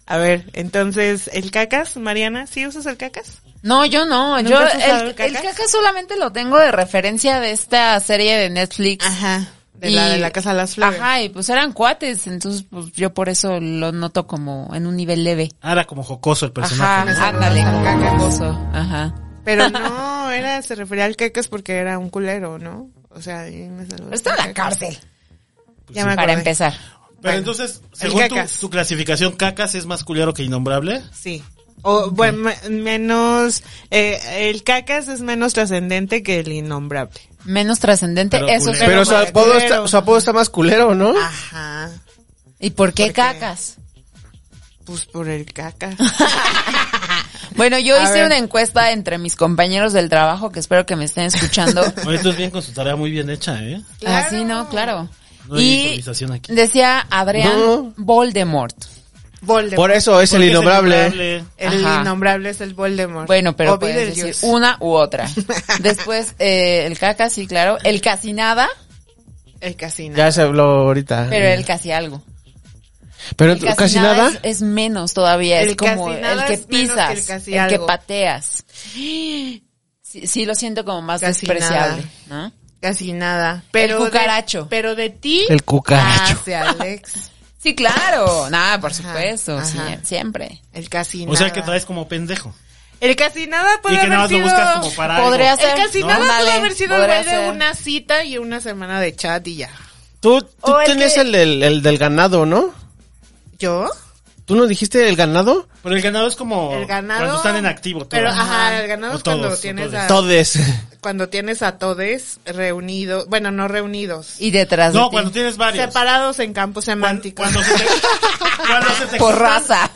Speaker 5: A ver, entonces, ¿el cacas, Mariana? ¿Sí usas el cacas?
Speaker 4: No, yo no.
Speaker 5: ¿Nunca
Speaker 4: Yo
Speaker 5: has usado
Speaker 4: el,
Speaker 5: el cacas?
Speaker 4: el cacas solamente lo tengo de referencia de esta serie de Netflix.
Speaker 5: Ajá. De la de la Casa de las Flores.
Speaker 4: Ajá, y pues eran cuates, entonces pues yo por eso lo noto como en un nivel leve.
Speaker 8: Ah, era como jocoso el
Speaker 4: Ajá,
Speaker 8: personaje. ¿no?
Speaker 4: ándale, cacacoso. Ajá.
Speaker 5: Pero no, era, se refería al queques porque era un culero, ¿no? O sea, ahí me saludó.
Speaker 4: Pero está en la cárcel.
Speaker 5: Ya me
Speaker 4: Para
Speaker 5: acordé.
Speaker 4: empezar.
Speaker 8: Pero entonces, según tu,
Speaker 5: cacas.
Speaker 8: tu clasificación, cacas es más culero que innombrable.
Speaker 5: Sí. O, bueno, me- menos, eh, el cacas es menos trascendente que el innombrable.
Speaker 4: Menos trascendente,
Speaker 8: Pero
Speaker 4: eso
Speaker 8: culero.
Speaker 6: Pero su
Speaker 5: más
Speaker 6: apodo,
Speaker 5: culero. Ah,
Speaker 6: está, su apodo está más culero, ¿no?
Speaker 5: Ajá.
Speaker 4: ¿Y por qué
Speaker 5: ¿Por qué?
Speaker 4: cacas?
Speaker 5: Pues por el cacas.
Speaker 4: Bueno, yo
Speaker 5: A
Speaker 4: hice
Speaker 5: ver.
Speaker 4: una encuesta entre mis compañeros del trabajo que espero que me estén escuchando.
Speaker 8: Oye, tú es bien con su tarea muy bien hecha, ¿eh?
Speaker 5: Claro.
Speaker 4: Así no, claro.
Speaker 8: No hay
Speaker 4: y
Speaker 8: improvisación aquí.
Speaker 4: decía Adrián
Speaker 6: No.
Speaker 4: Voldemort.
Speaker 5: Voldemort.
Speaker 6: Por eso es el
Speaker 8: Porque es
Speaker 6: innombrable.
Speaker 8: innombrable.
Speaker 5: el
Speaker 4: Ajá.
Speaker 5: innombrable es el Voldemort.
Speaker 4: Bueno, pero
Speaker 5: O
Speaker 4: puedes decir
Speaker 5: Beetlejuice.
Speaker 4: una u otra. Después, eh, el caca, sí, claro. El casi nada,
Speaker 5: El casino.
Speaker 6: Ya se habló ahorita.
Speaker 4: pero el casi algo.
Speaker 6: Pero
Speaker 4: El
Speaker 6: casi, nada.
Speaker 4: es, es menos todavía,
Speaker 5: El
Speaker 4: es como
Speaker 5: casi
Speaker 4: el
Speaker 5: nada
Speaker 4: que
Speaker 5: es menos
Speaker 4: pisas,
Speaker 5: que el casi
Speaker 4: el, que
Speaker 5: algo.
Speaker 4: pateas. Sí, sí, lo siento como más
Speaker 5: Casi
Speaker 4: despreciable, ¿no?
Speaker 5: Casi nada. Pero
Speaker 4: El
Speaker 5: de-
Speaker 4: cucaracho.
Speaker 5: pero de ti.
Speaker 6: El cucaracho.
Speaker 5: Hacia Alex.
Speaker 4: Sí, claro. Nada, por supuesto,
Speaker 5: Ah, ajá.
Speaker 4: Pues, sí, siempre.
Speaker 5: El casi nada.
Speaker 8: O sea que traes como pendejo.
Speaker 5: El casi nada puede
Speaker 8: y que
Speaker 5: haber
Speaker 8: nada más
Speaker 5: sido.
Speaker 8: lo buscas como para algo.
Speaker 4: Podría ser.
Speaker 5: El casi
Speaker 4: ¿no?
Speaker 5: nada pudo
Speaker 4: Ándale,
Speaker 5: haber sido el
Speaker 4: podría
Speaker 5: güey de
Speaker 4: ser.
Speaker 5: una cita y una semana de chat y ya.
Speaker 6: Tú, tú
Speaker 4: O el
Speaker 6: tenías
Speaker 4: que-
Speaker 6: el, del- el del ganado, ¿no?
Speaker 5: ¿Yo?
Speaker 6: ¿Tú no dijiste el ganado?
Speaker 8: Pero el ganado es como
Speaker 5: El ganado.
Speaker 8: cuando están en activo. todos.
Speaker 5: Pero, ajá, el ganado
Speaker 8: O
Speaker 5: es cuando
Speaker 8: todos, o
Speaker 5: tienes
Speaker 8: todes.
Speaker 5: a.
Speaker 6: Todes.
Speaker 5: Cuando tienes a todes reunidos. Bueno, no reunidos.
Speaker 4: Y detrás de
Speaker 8: No,
Speaker 4: ti.
Speaker 8: cuando tienes varios.
Speaker 5: Separados en campos
Speaker 8: Cuan-
Speaker 5: semánticos.
Speaker 8: Cuando, se te, cuando se te
Speaker 4: Por
Speaker 8: juntan-
Speaker 4: raza.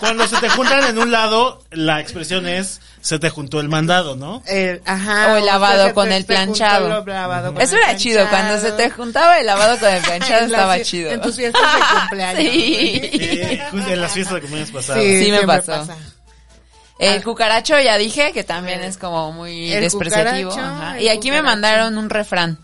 Speaker 8: Cuando se te juntan en un lado, la expresión es se te juntó el mandado, ¿no?
Speaker 5: El- ajá,
Speaker 4: O el lavado
Speaker 5: se-
Speaker 4: con
Speaker 5: se-
Speaker 4: el
Speaker 5: se juntó
Speaker 4: planchado.
Speaker 5: el lavado con
Speaker 4: Eso
Speaker 5: el
Speaker 4: era chido, cuando
Speaker 5: planchado.
Speaker 4: se te juntaba el lavado con el planchado
Speaker 5: En las
Speaker 4: estaba
Speaker 5: fie-
Speaker 4: chido.
Speaker 5: En tus fiestas de cumpleaños.
Speaker 4: Sí.
Speaker 8: Eh, en las fiestas de cumpleaños pasadas.
Speaker 4: Sí, me
Speaker 5: siempre
Speaker 4: pasó. El
Speaker 5: Ah.
Speaker 4: cucaracho ya dije que también es como muy
Speaker 5: El
Speaker 4: despreciativo.
Speaker 5: cucaracho,
Speaker 4: ajá.
Speaker 5: el
Speaker 4: Y aquí me
Speaker 5: cucaracho.
Speaker 4: mandaron un refrán.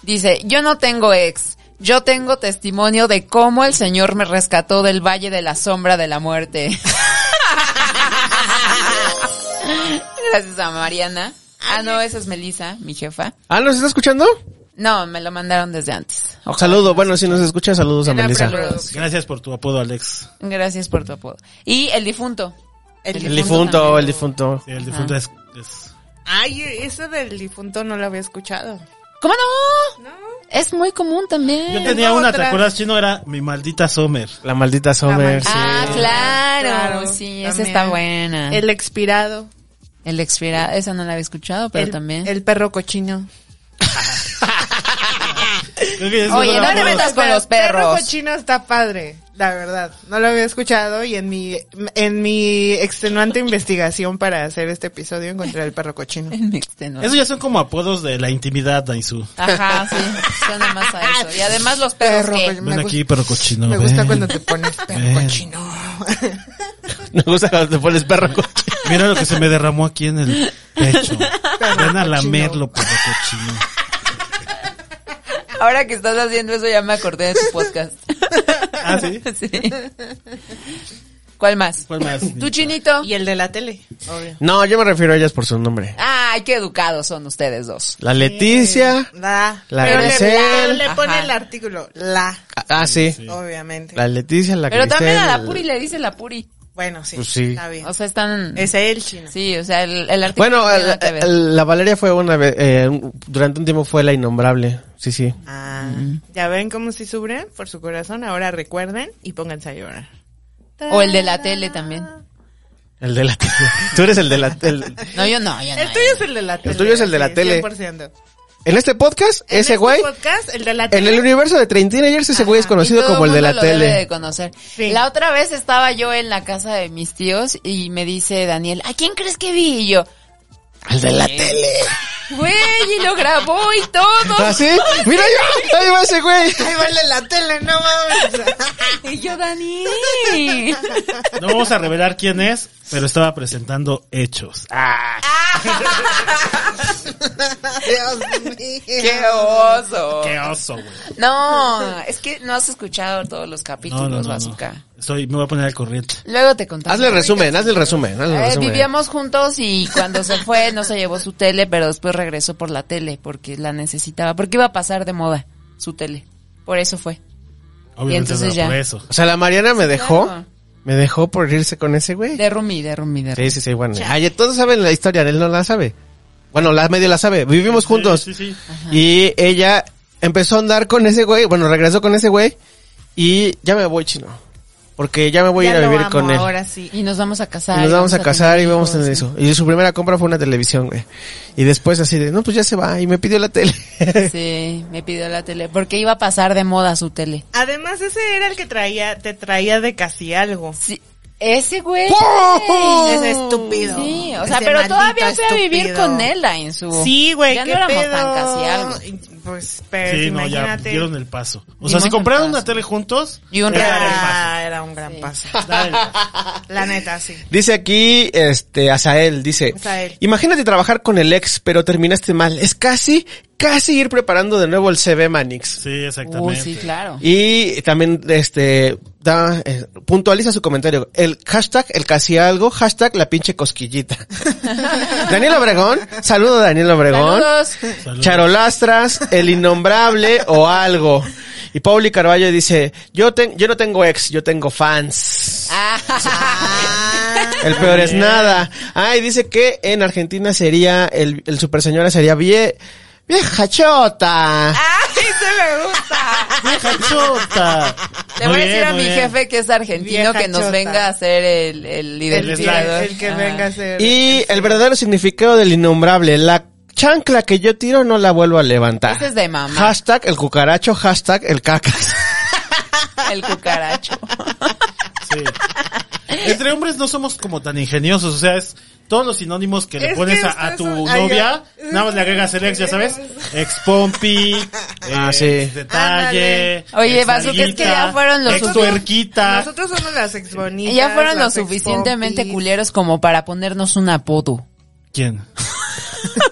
Speaker 4: Dice, yo no tengo ex, yo tengo testimonio de cómo el Señor me rescató del valle de la sombra de la muerte. Gracias a Mariana. Ah, no, esa es Melissa, mi jefa.
Speaker 6: Ah, ¿nos está escuchando?
Speaker 4: No, me lo mandaron desde antes.
Speaker 6: Saludo. Bueno, si nos escucha, saludos a
Speaker 5: Era
Speaker 6: Melissa.
Speaker 5: preproducción.
Speaker 8: Gracias por tu apodo, Alex.
Speaker 4: Gracias por tu apodo. Y el difunto.
Speaker 6: El difunto,
Speaker 4: también.
Speaker 6: el difunto.
Speaker 8: Sí, el difunto es, es-
Speaker 5: Ay, esa del difunto no la había escuchado.
Speaker 4: ¿Cómo no?
Speaker 5: No.
Speaker 4: Es muy común también.
Speaker 8: Yo tenía
Speaker 5: luego
Speaker 8: una, ¿te
Speaker 5: otra.
Speaker 8: acuerdas, chino? Era mi maldita Sommer.
Speaker 6: La maldita Sommer.
Speaker 5: maldita-
Speaker 6: sí.
Speaker 4: Ah, claro,
Speaker 5: Claro,
Speaker 4: sí,
Speaker 5: también.
Speaker 4: esa está buena. El,
Speaker 5: El expirado.
Speaker 4: expirado, esa no la había escuchado, pero
Speaker 5: el,
Speaker 4: también.
Speaker 5: El perro cochino.
Speaker 8: Creo que es
Speaker 4: Oye,
Speaker 8: un
Speaker 4: no le
Speaker 8: apodo.
Speaker 4: metas- con los
Speaker 5: El perro
Speaker 4: perros.
Speaker 5: cochino está padre, la verdad. No lo había escuchado y en mi, en mi extenuante investigación para hacer este episodio encontré el perro cochino.
Speaker 4: Este no.
Speaker 8: Esos ya son como apodos de la intimidad, Dainzú.
Speaker 4: Ajá, sí, suena más a eso. Y además los perros
Speaker 5: Perro,
Speaker 4: que-
Speaker 5: pues, Me
Speaker 8: Ven
Speaker 5: gusta-
Speaker 8: aquí, perro cochino.
Speaker 5: Me gusta
Speaker 8: ven.
Speaker 5: cuando te pones perro
Speaker 8: Ven.
Speaker 5: cochino.
Speaker 6: Me gusta cuando te pones perro coche.
Speaker 8: Mira lo que se me derramó aquí en el pecho. Ven a lamerlo, perro cochino.
Speaker 4: Ahora que estás haciendo eso ya me acordé de tu podcast.
Speaker 8: Ah, ¿sí?
Speaker 4: Sí. ¿Cuál más?
Speaker 8: ¿Cuál más?
Speaker 4: ¿Tu chinito?
Speaker 5: y el de la tele, obvio.
Speaker 6: No, yo me refiero a ellas por su nombre.
Speaker 4: Ay, qué educados son ustedes dos.
Speaker 6: La Leticia.
Speaker 5: La,
Speaker 6: La
Speaker 5: pero, le,
Speaker 6: Grisel.
Speaker 5: pero le pone
Speaker 4: Ajá.
Speaker 5: el artículo, la,
Speaker 6: Ah, sí.
Speaker 5: obviamente.
Speaker 6: La Leticia, la
Speaker 4: Pero también a la
Speaker 6: Cristel.
Speaker 4: Puri le dice la Puri.
Speaker 5: Bueno, sí,
Speaker 6: Pues sí.
Speaker 5: está bien.
Speaker 4: O sea, están...
Speaker 5: es el chino.
Speaker 4: Sí, o sea, el, el artículo
Speaker 6: Bueno,
Speaker 4: no tiene
Speaker 6: el-
Speaker 4: nada que ver.
Speaker 6: el- la Valeria fue una vez, eh, un- durante un tiempo fue la innombrable. Sí, sí.
Speaker 5: Ah, ya ven cómo si sufren por su corazón, ahora recuerden y pónganse a llorar.
Speaker 4: O el de la tele también.
Speaker 6: El de la tele. Tú eres el de la el-
Speaker 4: No, yo no, yo no.
Speaker 5: El tuyo es el de la tele.
Speaker 6: tuyo es el de la
Speaker 5: sí,
Speaker 6: tele.
Speaker 5: 100%.
Speaker 6: En este podcast,
Speaker 5: En
Speaker 6: ese
Speaker 5: este
Speaker 6: güey,
Speaker 5: podcast, el de la
Speaker 6: en
Speaker 5: tele.
Speaker 6: el universo de Trentina Ayers, ese güey es
Speaker 4: Y
Speaker 6: conocido
Speaker 4: todo
Speaker 6: como el de
Speaker 4: mundo
Speaker 6: la
Speaker 4: lo
Speaker 6: tele.
Speaker 4: debe de conocer.
Speaker 5: Sí.
Speaker 4: La otra vez estaba yo en la casa de mis tíos y me dice Daniel, ¿a quién crees que vi? Y yo,
Speaker 6: Al de la tele.
Speaker 4: güey, y lo grabó y todo.
Speaker 6: ¿Ah, sí? Mira yo, ahí va ese güey.
Speaker 5: Ahí va el de la tele, no mames.
Speaker 4: Y yo, Daniel.
Speaker 8: No vamos a revelar quién es, pero estaba presentando hechos.
Speaker 5: Dios mío.
Speaker 4: ¡Qué oso!
Speaker 8: ¡Qué oso, güey!
Speaker 4: No, es que no has escuchado todos los
Speaker 8: No,
Speaker 4: capítulos,
Speaker 8: no, no. no.
Speaker 4: Bazooka.
Speaker 8: Soy, me voy a poner al corriente.
Speaker 4: Luego te contamos.
Speaker 6: Hazle el resumen, hazle el resumen, hazle el
Speaker 4: Eh,
Speaker 6: resumen.
Speaker 4: vivíamos juntos y cuando se fue no se llevó su tele, pero después regresó por la tele porque la necesitaba, porque iba a pasar de moda. su tele. Por eso fue.
Speaker 8: Obviamente
Speaker 4: entonces
Speaker 8: no
Speaker 4: ya.
Speaker 8: fue eso.
Speaker 6: O sea, la Mariana me dejó,
Speaker 4: claro.
Speaker 6: me dejó por irse con ese güey.
Speaker 4: De Rumi, de Rumi, de Rumi.
Speaker 6: Sí, sí, sí, bueno. Ay, todos saben la historia, él no la sabe. Bueno, la medio la sabe. Vivimos juntos.
Speaker 8: Sí, sí, sí.
Speaker 6: Y ella empezó a andar con ese güey, bueno, regresó con ese güey y ya me voy, chino. Porque ya me voy a ir
Speaker 5: Ya
Speaker 6: a
Speaker 5: lo
Speaker 6: vivir
Speaker 5: amo,
Speaker 6: con él.
Speaker 5: Ahora sí.
Speaker 4: Y nos vamos a casar.
Speaker 6: Y nos
Speaker 4: y
Speaker 6: vamos a casar
Speaker 4: tener
Speaker 6: y vamos a tener
Speaker 4: hijos,
Speaker 6: eso. Y su primera compra fue una televisión, güey. Y después así de, no, pues ya se va. Y me pidió la tele.
Speaker 4: ¿no? Sí, me pidió la tele. Porque iba a pasar de moda su tele.
Speaker 5: Además, ese era el que traía, te traía de casi algo.
Speaker 4: Sí. Ese güey.
Speaker 6: ¡Oh!
Speaker 5: Ese estúpido.
Speaker 4: Oh, Sí, o sea,
Speaker 5: Ese
Speaker 4: pero
Speaker 5: maldito
Speaker 4: todavía fue a vivir
Speaker 5: estúpido.
Speaker 4: con él en su.
Speaker 5: Sí, güey,
Speaker 4: Ya
Speaker 5: qué
Speaker 4: no éramos
Speaker 5: pedo.
Speaker 4: tan casi algo.
Speaker 5: Pues, pero
Speaker 8: Eh, Sí, no, ya
Speaker 5: imagínate.
Speaker 8: dieron el paso. O sea,
Speaker 4: Dimos
Speaker 8: si
Speaker 4: el
Speaker 8: compraron una
Speaker 4: paso.
Speaker 8: tele juntos,
Speaker 4: Y un
Speaker 8: era
Speaker 4: regalo.
Speaker 8: el paso.
Speaker 5: Ah, era un gran paso.
Speaker 8: Dale.
Speaker 5: La neta, sí.
Speaker 6: Dice aquí, este, Azael, dice,
Speaker 5: Azael.
Speaker 6: imagínate trabajar con el ex, pero terminaste mal. Es casi, casi ir preparando de nuevo el CV Manix.
Speaker 8: Sí, exactamente.
Speaker 4: Uy, sí, claro.
Speaker 6: Y también, este, da, eh, puntualiza su comentario. El hashtag, el casi algo, hashtag la pinche cosquillita. Daniel Obregón, saludo Daniel Obregón.
Speaker 4: Saludos.
Speaker 8: Saludos.
Speaker 6: Charolastras, el innombrable o algo. Y Pauli Carballo dice, yo, ten- yo no tengo ex, yo tengo fans.
Speaker 4: Ah.
Speaker 6: El peor es nada. Ay, dice que en Argentina sería, el, el super señora sería vie, vieja chota.
Speaker 4: ¡Ay, se me gusta!
Speaker 8: Vieja chota.
Speaker 4: Le
Speaker 8: Muy
Speaker 4: voy a
Speaker 8: bien,
Speaker 4: decir a
Speaker 8: muy
Speaker 4: mi
Speaker 8: bien.
Speaker 4: jefe que es argentino
Speaker 5: Vieja
Speaker 4: que nos
Speaker 5: chota.
Speaker 4: venga a hacer el, el
Speaker 5: El, que-
Speaker 4: identificador.
Speaker 5: el que
Speaker 4: Ajá.
Speaker 5: venga a ser.
Speaker 6: Y el verdadero significado del innombrable, la chancla que yo tiro no la vuelvo a levantar.
Speaker 4: Ese es de mamá.
Speaker 6: Hashtag el cucaracho, hashtag el cacas.
Speaker 4: El cucaracho.
Speaker 8: Sí. Entre hombres no somos como tan ingeniosos, o sea, es todos los sinónimos que le
Speaker 5: Es
Speaker 8: pones
Speaker 5: que
Speaker 8: a, a
Speaker 5: estás
Speaker 8: tu
Speaker 5: un- ay,
Speaker 8: novia,
Speaker 5: ya.
Speaker 8: nada más le agregas el ex, ya sabes, ex pompi,
Speaker 6: Ah,
Speaker 8: ex
Speaker 6: sí.
Speaker 8: detalle,
Speaker 4: Ándale. Oye,
Speaker 8: ex
Speaker 4: Bazooka, es que ya fueron los
Speaker 8: ex
Speaker 4: últimos-
Speaker 8: tuerquita.
Speaker 5: Nosotros somos las exbonitas.
Speaker 4: Ya fueron lo
Speaker 5: las
Speaker 4: suficientemente
Speaker 5: expompis.
Speaker 4: culeros como para ponernos un apodo.
Speaker 8: ¿Quién?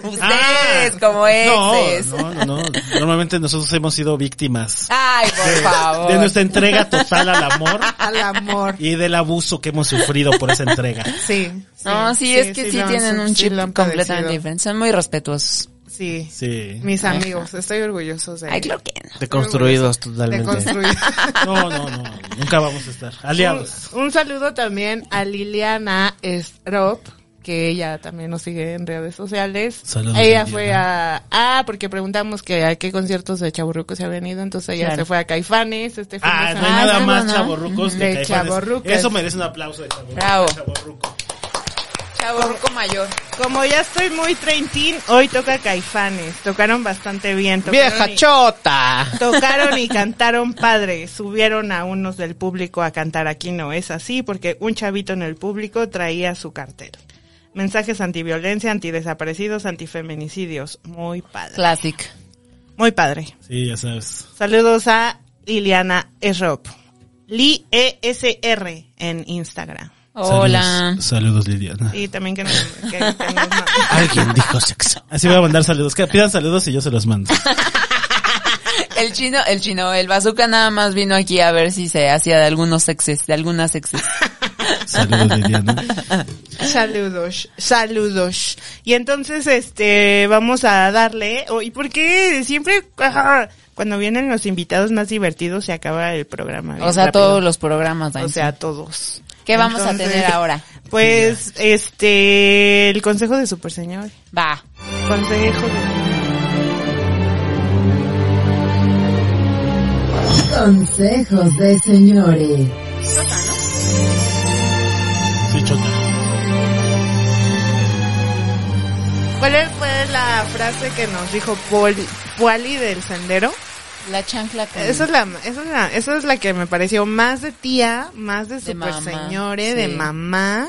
Speaker 4: Ustedes, como exes.
Speaker 8: No, no, no, no. Normalmente nosotros hemos sido víctimas
Speaker 4: Ay, Ah, por favor.
Speaker 8: de nuestra entrega total al amor
Speaker 5: Al amor.
Speaker 8: y del abuso que hemos sufrido por esa entrega.
Speaker 5: Sí.
Speaker 4: No, sí, es que sí,
Speaker 5: lo han
Speaker 4: tienen
Speaker 5: sub-
Speaker 4: un
Speaker 5: sí
Speaker 4: chip
Speaker 5: lo han
Speaker 4: completamente
Speaker 5: padecido.
Speaker 4: diferente. Son muy respetuosos.
Speaker 5: Sí.
Speaker 8: Sí.
Speaker 5: Mis amigos, estoy orgullosos de
Speaker 4: Ay, claro que no.
Speaker 6: Deconstruidos
Speaker 5: de
Speaker 6: totalmente.
Speaker 5: construir.
Speaker 8: No, no, no. Nunca vamos a estar aliados.
Speaker 5: Un, un saludo también a Liliana Strop, que ella también nos sigue en redes sociales.
Speaker 8: Saludos,
Speaker 5: ella
Speaker 8: Liliana.
Speaker 5: fue a... Ah, porque preguntamos que a qué conciertos de Chaburruco se ha venido, entonces ella
Speaker 4: Claro.
Speaker 5: se fue a Caifanes este fin de
Speaker 8: Ah, no hay
Speaker 5: semana.
Speaker 8: nada
Speaker 4: no,
Speaker 8: más
Speaker 4: no.
Speaker 8: chaborrucos que
Speaker 5: De
Speaker 8: Caifanes.
Speaker 5: chavorrucas.
Speaker 8: Eso merece un aplauso de chavorruco.
Speaker 4: Bravo.
Speaker 8: chavorruco.
Speaker 4: Chavo ruco mayor.
Speaker 5: Como ya estoy muy treintín, hoy toca Caifanes. Tocaron bastante bien. Tocaron
Speaker 6: Vieja
Speaker 5: y-
Speaker 6: chota.
Speaker 5: Tocaron y cantaron padre. Subieron a unos del público a cantar. Aquí no es así porque un chavito en el público traía su cartel. Mensajes antiviolencia, antidesaparecidos, antifeminicidios. Muy padre.
Speaker 4: Classic.
Speaker 5: Muy padre.
Speaker 8: Sí, ya sabes.
Speaker 5: Saludos a Liliana Esrop. Li E-S-R en Instagram.
Speaker 4: Hola.
Speaker 8: Saludos, saludos, Liliana.
Speaker 5: Y también que nos, que- que nos ma-
Speaker 6: Alguien dijo sexo.
Speaker 8: Así voy a mandar saludos. Que pidan saludos y yo se los mando.
Speaker 4: El chino, el chino, el bazooka nada más vino aquí a ver si se hacía de algunos sexes, de algunas sexes.
Speaker 8: Saludos, Liliana.
Speaker 5: Saludos, saludos. Y entonces, este, vamos a darle, oh, ¿y por qué siempre ah, cuando vienen los invitados más divertidos se acaba el programa? bien
Speaker 4: O sea,
Speaker 5: rápido?
Speaker 4: todos los programas.
Speaker 5: O
Speaker 4: Dainzú.
Speaker 5: sea, todos.
Speaker 4: ¿Qué vamos a tener ahora?
Speaker 5: Pues, este, el consejo de Super Señor.
Speaker 4: Va.
Speaker 5: Consejo de...
Speaker 1: Consejos de señores.
Speaker 8: Sí, chota.
Speaker 5: ¿Cuál es- fue la frase que nos dijo Paul, Puali del Sendero?
Speaker 4: La chancla con...
Speaker 5: Esa es la, esa es la, esa es la que me pareció más de tía, más de super
Speaker 4: mamá,
Speaker 5: señores,
Speaker 4: sí.
Speaker 5: de mamá.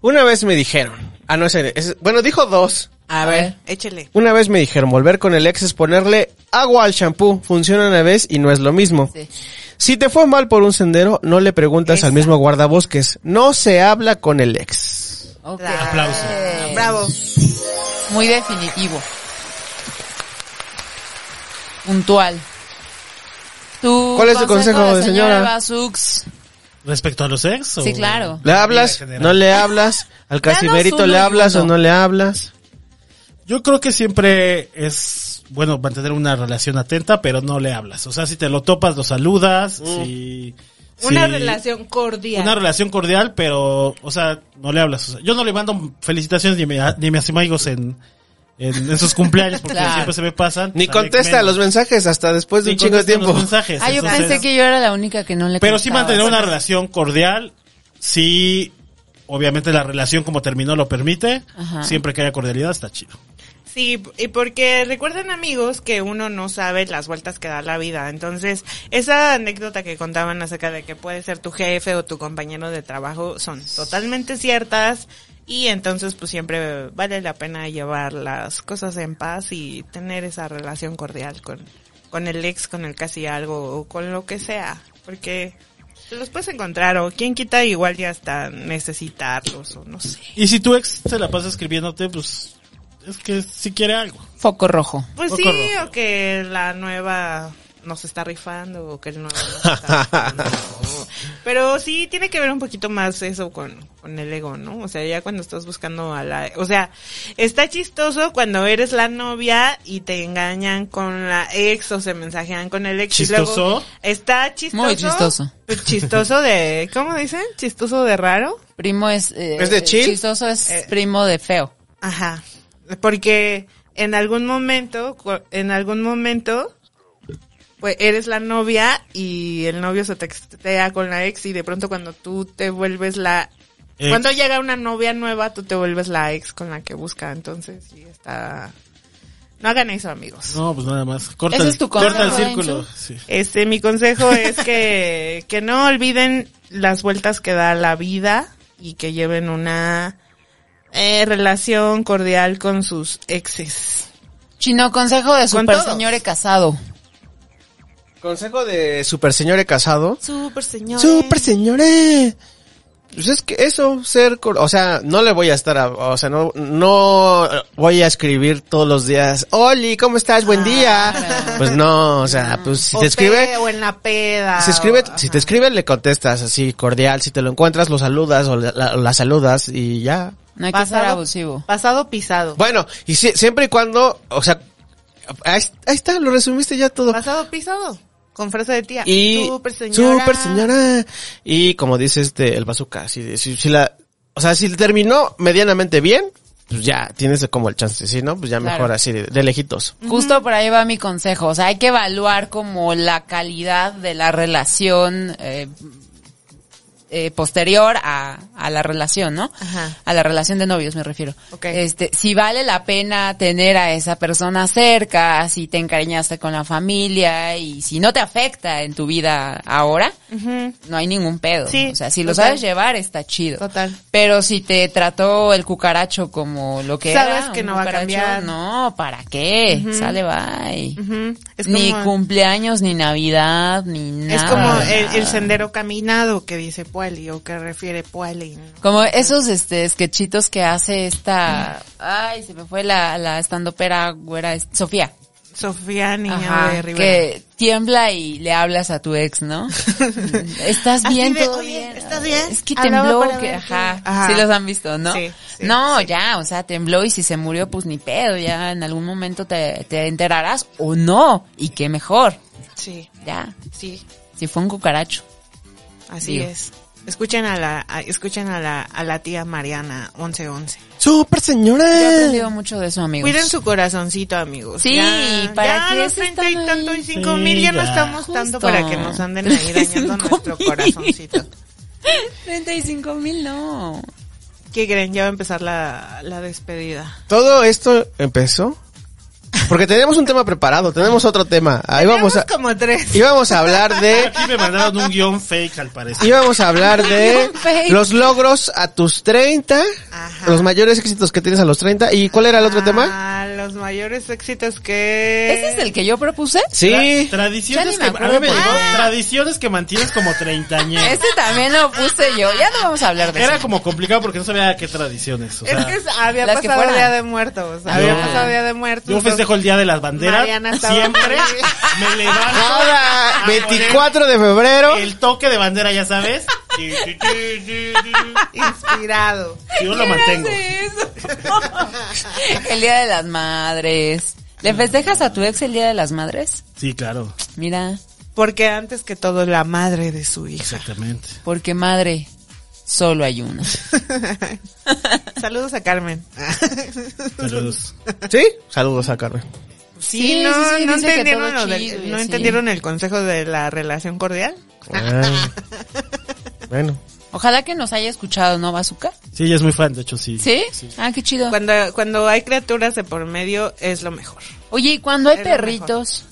Speaker 6: Una vez me dijeron. Ah, no, ese, ese- bueno, dijo dos.
Speaker 4: A ver.
Speaker 5: Échele.
Speaker 6: Una vez me dijeron, volver con el ex es ponerle agua al champú. Funciona una vez y no es lo mismo.
Speaker 4: Sí.
Speaker 6: Si te fue mal por un sendero, no le preguntas al mismo guardabosques. No se habla con el ex.
Speaker 4: Ok.
Speaker 8: Aplauso.
Speaker 5: Bravo.
Speaker 4: Muy definitivo. Puntual. Tú,
Speaker 6: ¿Cuál es tu consejo,
Speaker 4: de
Speaker 6: señora?
Speaker 4: Bazux?
Speaker 8: ¿Respecto a los ex? o-
Speaker 4: Sí, claro.
Speaker 6: ¿Le hablas?
Speaker 8: En general.
Speaker 6: ¿No le hablas? ¿Al
Speaker 4: Danos
Speaker 6: casimerito
Speaker 4: uno
Speaker 6: le
Speaker 4: y
Speaker 6: hablas o
Speaker 4: uno.
Speaker 6: no le hablas?
Speaker 8: Yo creo que siempre es bueno, mantener una relación atenta, pero no le hablas. O sea, si te lo topas, lo saludas,
Speaker 6: Mm.
Speaker 8: si...
Speaker 5: Una
Speaker 8: si-
Speaker 5: relación cordial.
Speaker 8: Una relación cordial, pero, o sea, no le hablas. O sea, yo no le mando felicitaciones ni, me, ni a mis amigos en, en, en sus cumpleaños, porque
Speaker 4: Claro.
Speaker 8: siempre se me pasan.
Speaker 6: Ni
Speaker 8: O sea,
Speaker 6: contesta
Speaker 8: menos.
Speaker 6: los mensajes hasta después de
Speaker 8: Ni
Speaker 6: un chingo de
Speaker 8: contestan
Speaker 6: tiempo.
Speaker 8: los mensajes.
Speaker 4: Ah, yo
Speaker 8: entonces-
Speaker 4: pensé que yo era la única que no le
Speaker 8: Pero sí mantener
Speaker 4: contestaba.
Speaker 8: una relación cordial, sí, obviamente la relación como terminó lo permite,
Speaker 4: Ajá.
Speaker 8: siempre que haya cordialidad está chido.
Speaker 5: Sí, y porque recuerden amigos que uno no sabe las vueltas que da la vida. Entonces, esa anécdota que contaban acerca de que puede ser tu jefe o tu compañero de trabajo son totalmente ciertas. Y entonces, pues siempre vale la pena llevar las cosas en paz y tener esa relación cordial con, con el ex, con el casi algo o con lo que sea. Porque te los puedes encontrar o quien quita igual ya hasta necesitarlos o no sé.
Speaker 8: Y si tu ex se la pasa escribiéndote, pues es que si quiere algo.
Speaker 4: Foco rojo.
Speaker 5: Pues
Speaker 8: Poco
Speaker 5: sí,
Speaker 8: rojo.
Speaker 5: o que la nueva nos está rifando, o que el nuevo nos está rifando. Pero sí tiene que ver un poquito más eso con, con el ego, ¿no? O sea, ya cuando estás buscando a la... O sea, está chistoso cuando eres la novia y te engañan con la ex o se mensajean con el ex. y luego-
Speaker 8: ¿Chistoso?
Speaker 5: está chistoso.
Speaker 4: Muy chistoso.
Speaker 5: Pues, Chistoso de... ¿Cómo dicen? Chistoso de raro.
Speaker 4: Primo es... eh,
Speaker 6: ¿Es de chill?
Speaker 4: Chistoso es
Speaker 5: Eh.
Speaker 4: primo de feo.
Speaker 5: Ajá. Porque en algún momento, cu- en algún momento, pues eres la novia y el novio se textea con la ex y de pronto cuando tú te vuelves la...
Speaker 8: Ex.
Speaker 5: Cuando llega una novia nueva, tú te vuelves la ex con la que busca. Entonces, sí, está... No hagan eso, amigos.
Speaker 8: No, pues nada más. Corta,
Speaker 4: Ese
Speaker 8: el-
Speaker 4: es tu
Speaker 8: corta el
Speaker 4: consejo,
Speaker 8: círculo.
Speaker 4: Enzo.
Speaker 8: Sí.
Speaker 5: Este, mi consejo es que, que no olviden las vueltas que da la vida y que lleven una eh, relación cordial con sus exes.
Speaker 4: Chino, consejo de
Speaker 5: Con
Speaker 4: super
Speaker 5: todos.
Speaker 4: señor casado.
Speaker 6: Consejo de super señor casado.
Speaker 5: Super señor.
Speaker 6: Super señores. Pues es que eso, ser, cor- o sea, no le voy a estar, a- o sea, no, no voy a escribir todos los días, Oli, ¿cómo estás? Buen día. Pues no, o sea, pues si te escribe,
Speaker 5: O en la peda.
Speaker 6: Si, escribe,
Speaker 5: o-
Speaker 6: si te escribe, le contestas así cordial. Si te lo encuentras, lo saludas o la, la- la saludas y ya.
Speaker 4: No hay que
Speaker 5: Pasado-
Speaker 4: ser abusivo.
Speaker 5: Pasado pisado.
Speaker 6: Bueno, y si- siempre y cuando, o sea, ahí, ahí está, lo resumiste ya todo.
Speaker 5: Pasado pisado. Con frase de tía.
Speaker 6: Y,
Speaker 5: Súper señora.
Speaker 6: super señora. Y como dice este, el bazooka, si, de- si, si la, o sea, si terminó medianamente bien, pues ya tienes como el chance, si no, pues ya
Speaker 4: Claro.
Speaker 6: mejor así, de, de lejitos.
Speaker 4: Justo por ahí va mi consejo. O sea, hay que evaluar como la calidad de la relación eh, eh, posterior a, a la relación, ¿no?
Speaker 5: Ajá.
Speaker 4: A la relación de novios me refiero.
Speaker 5: Ok.
Speaker 4: Este, si vale la pena tener a esa persona cerca, si te encariñaste con la familia y si no te afecta en tu vida ahora,
Speaker 5: Ujú.
Speaker 4: no hay ningún pedo.
Speaker 5: Sí,
Speaker 4: o sea, si lo
Speaker 5: total.
Speaker 4: sabes llevar está chido.
Speaker 5: Total.
Speaker 4: Pero si te trató el cucaracho como lo que
Speaker 5: Sabes
Speaker 4: era,
Speaker 5: que
Speaker 4: un
Speaker 5: no va a
Speaker 4: cucaracho,
Speaker 5: cambiar.
Speaker 4: No, ¿para qué? Sale bye.
Speaker 5: Ujú. Es
Speaker 4: ni
Speaker 5: como,
Speaker 4: cumpleaños, ni Navidad, ni nada.
Speaker 5: es como el, el sendero caminado que dice Pueli o que refiere Pueli. ¿no?
Speaker 4: Como esos este sketchitos que hace esta ay, se me fue la la estandopera güera es- Sofía.
Speaker 5: Sofía Niño
Speaker 4: Ajá,
Speaker 5: de Rivera.
Speaker 4: que tiembla y le hablas a tu ex, ¿no? ¿Estás
Speaker 5: Así
Speaker 4: bien?
Speaker 5: de,
Speaker 4: ¿Todo
Speaker 5: "Oye,
Speaker 4: bien?
Speaker 5: ¿estás bien?
Speaker 4: Es que
Speaker 5: Hablaba
Speaker 4: tembló,
Speaker 5: para
Speaker 4: que-
Speaker 5: ver qué-
Speaker 4: ajá,
Speaker 5: Ajá.
Speaker 4: Sí los han visto, ¿no?
Speaker 5: Sí, sí,
Speaker 4: no,
Speaker 5: sí.
Speaker 4: ya, o sea, tembló y si se murió, pues ni pedo, ya en algún momento te, te enterarás o no, y qué mejor,
Speaker 5: Sí,
Speaker 4: ya,
Speaker 5: sí.
Speaker 4: si fue un cucaracho.
Speaker 5: Así
Speaker 4: Digo.
Speaker 5: es. Escuchen a la, a- escuchen a la, a la tía Mariana 1111.
Speaker 6: Super
Speaker 4: Yo he
Speaker 6: señora.
Speaker 4: aprendido mucho de eso, amigos.
Speaker 5: Cuiden su corazoncito, amigos.
Speaker 4: Sí,
Speaker 5: ya,
Speaker 4: ¿para
Speaker 5: ya
Speaker 4: qué
Speaker 5: los
Speaker 4: se
Speaker 5: treinta y
Speaker 4: están
Speaker 5: tanto y
Speaker 4: ahí?
Speaker 5: cinco
Speaker 8: Sí,
Speaker 5: mil ya no
Speaker 8: ya.
Speaker 5: estamos
Speaker 4: Justo.
Speaker 5: tanto para que nos anden ahí dañando nuestro
Speaker 4: 35,000.
Speaker 5: corazoncito.
Speaker 4: 35 mil, no.
Speaker 5: ¿Qué creen? Ya va a empezar la, la despedida.
Speaker 6: Todo esto empezó porque tenemos un tema preparado, tenemos otro tema. Ahí vamos a,
Speaker 5: Tenemos como tres.
Speaker 6: íbamos a hablar de
Speaker 8: Aquí me mandaron un guión fake al parecer.
Speaker 6: íbamos a hablar de los logros a tus 30,
Speaker 5: Ajá.
Speaker 6: los mayores éxitos que tienes a los 30 y ¿cuál era el otro tema?
Speaker 5: Ah, los mayores éxitos que...
Speaker 4: ¿Ese es el que yo propuse?
Speaker 6: Sí.
Speaker 8: Tra- tradiciones,
Speaker 4: Ya ni me
Speaker 8: que, a mí me
Speaker 4: acuerdo.
Speaker 8: llegó,
Speaker 4: Ah.
Speaker 8: tradiciones que mantienes como treintañero.
Speaker 4: Ese Este también lo puse yo, ya no vamos a hablar de eso.
Speaker 8: Era como complicado porque no sabía qué tradiciones. O sea,
Speaker 5: Es que es- había
Speaker 4: las que
Speaker 5: pasado
Speaker 4: fueran.
Speaker 5: Día de Muertos. Había pasado Día de Muertos.
Speaker 8: yo festejo el Día de las Banderas.
Speaker 5: Mariana estaba
Speaker 8: Siempre
Speaker 5: ahí.
Speaker 8: me levanto.
Speaker 6: Cada
Speaker 8: a
Speaker 6: 24 de febrero.
Speaker 8: poner Ah, El toque de bandera, ya sabes. Ti, ti, ti, ti, ti.
Speaker 5: Inspirado.
Speaker 8: Yo lo mantengo.
Speaker 4: El Día de las Madres. ¿Le festejas a tu ex el Día de las Madres?
Speaker 8: Sí, claro,
Speaker 4: Mira,
Speaker 5: Porque antes que todo, la madre de su hija.
Speaker 8: exactamente.
Speaker 4: porque madre, solo hay una.
Speaker 5: Saludos a Carmen.
Speaker 8: Saludos.
Speaker 6: ¿Sí? Saludos a Carmen.
Speaker 5: Sí, no,
Speaker 4: sí, sí,
Speaker 5: no,
Speaker 4: dice que
Speaker 5: entendieron,
Speaker 4: todo
Speaker 5: lo del-
Speaker 4: chido y
Speaker 5: ¿no
Speaker 4: así.
Speaker 5: entendieron el consejo de la relación cordial.
Speaker 6: Ah. Bueno.
Speaker 4: Ojalá que nos haya escuchado, ¿no, Bazooka?
Speaker 8: Sí, ella es muy fan, de hecho, sí.
Speaker 4: ¿Sí? Ah, qué chido.
Speaker 5: Cuando, cuando hay criaturas de por medio, es lo mejor.
Speaker 4: Oye, y cuando hay
Speaker 5: Es lo mejor.
Speaker 4: perritos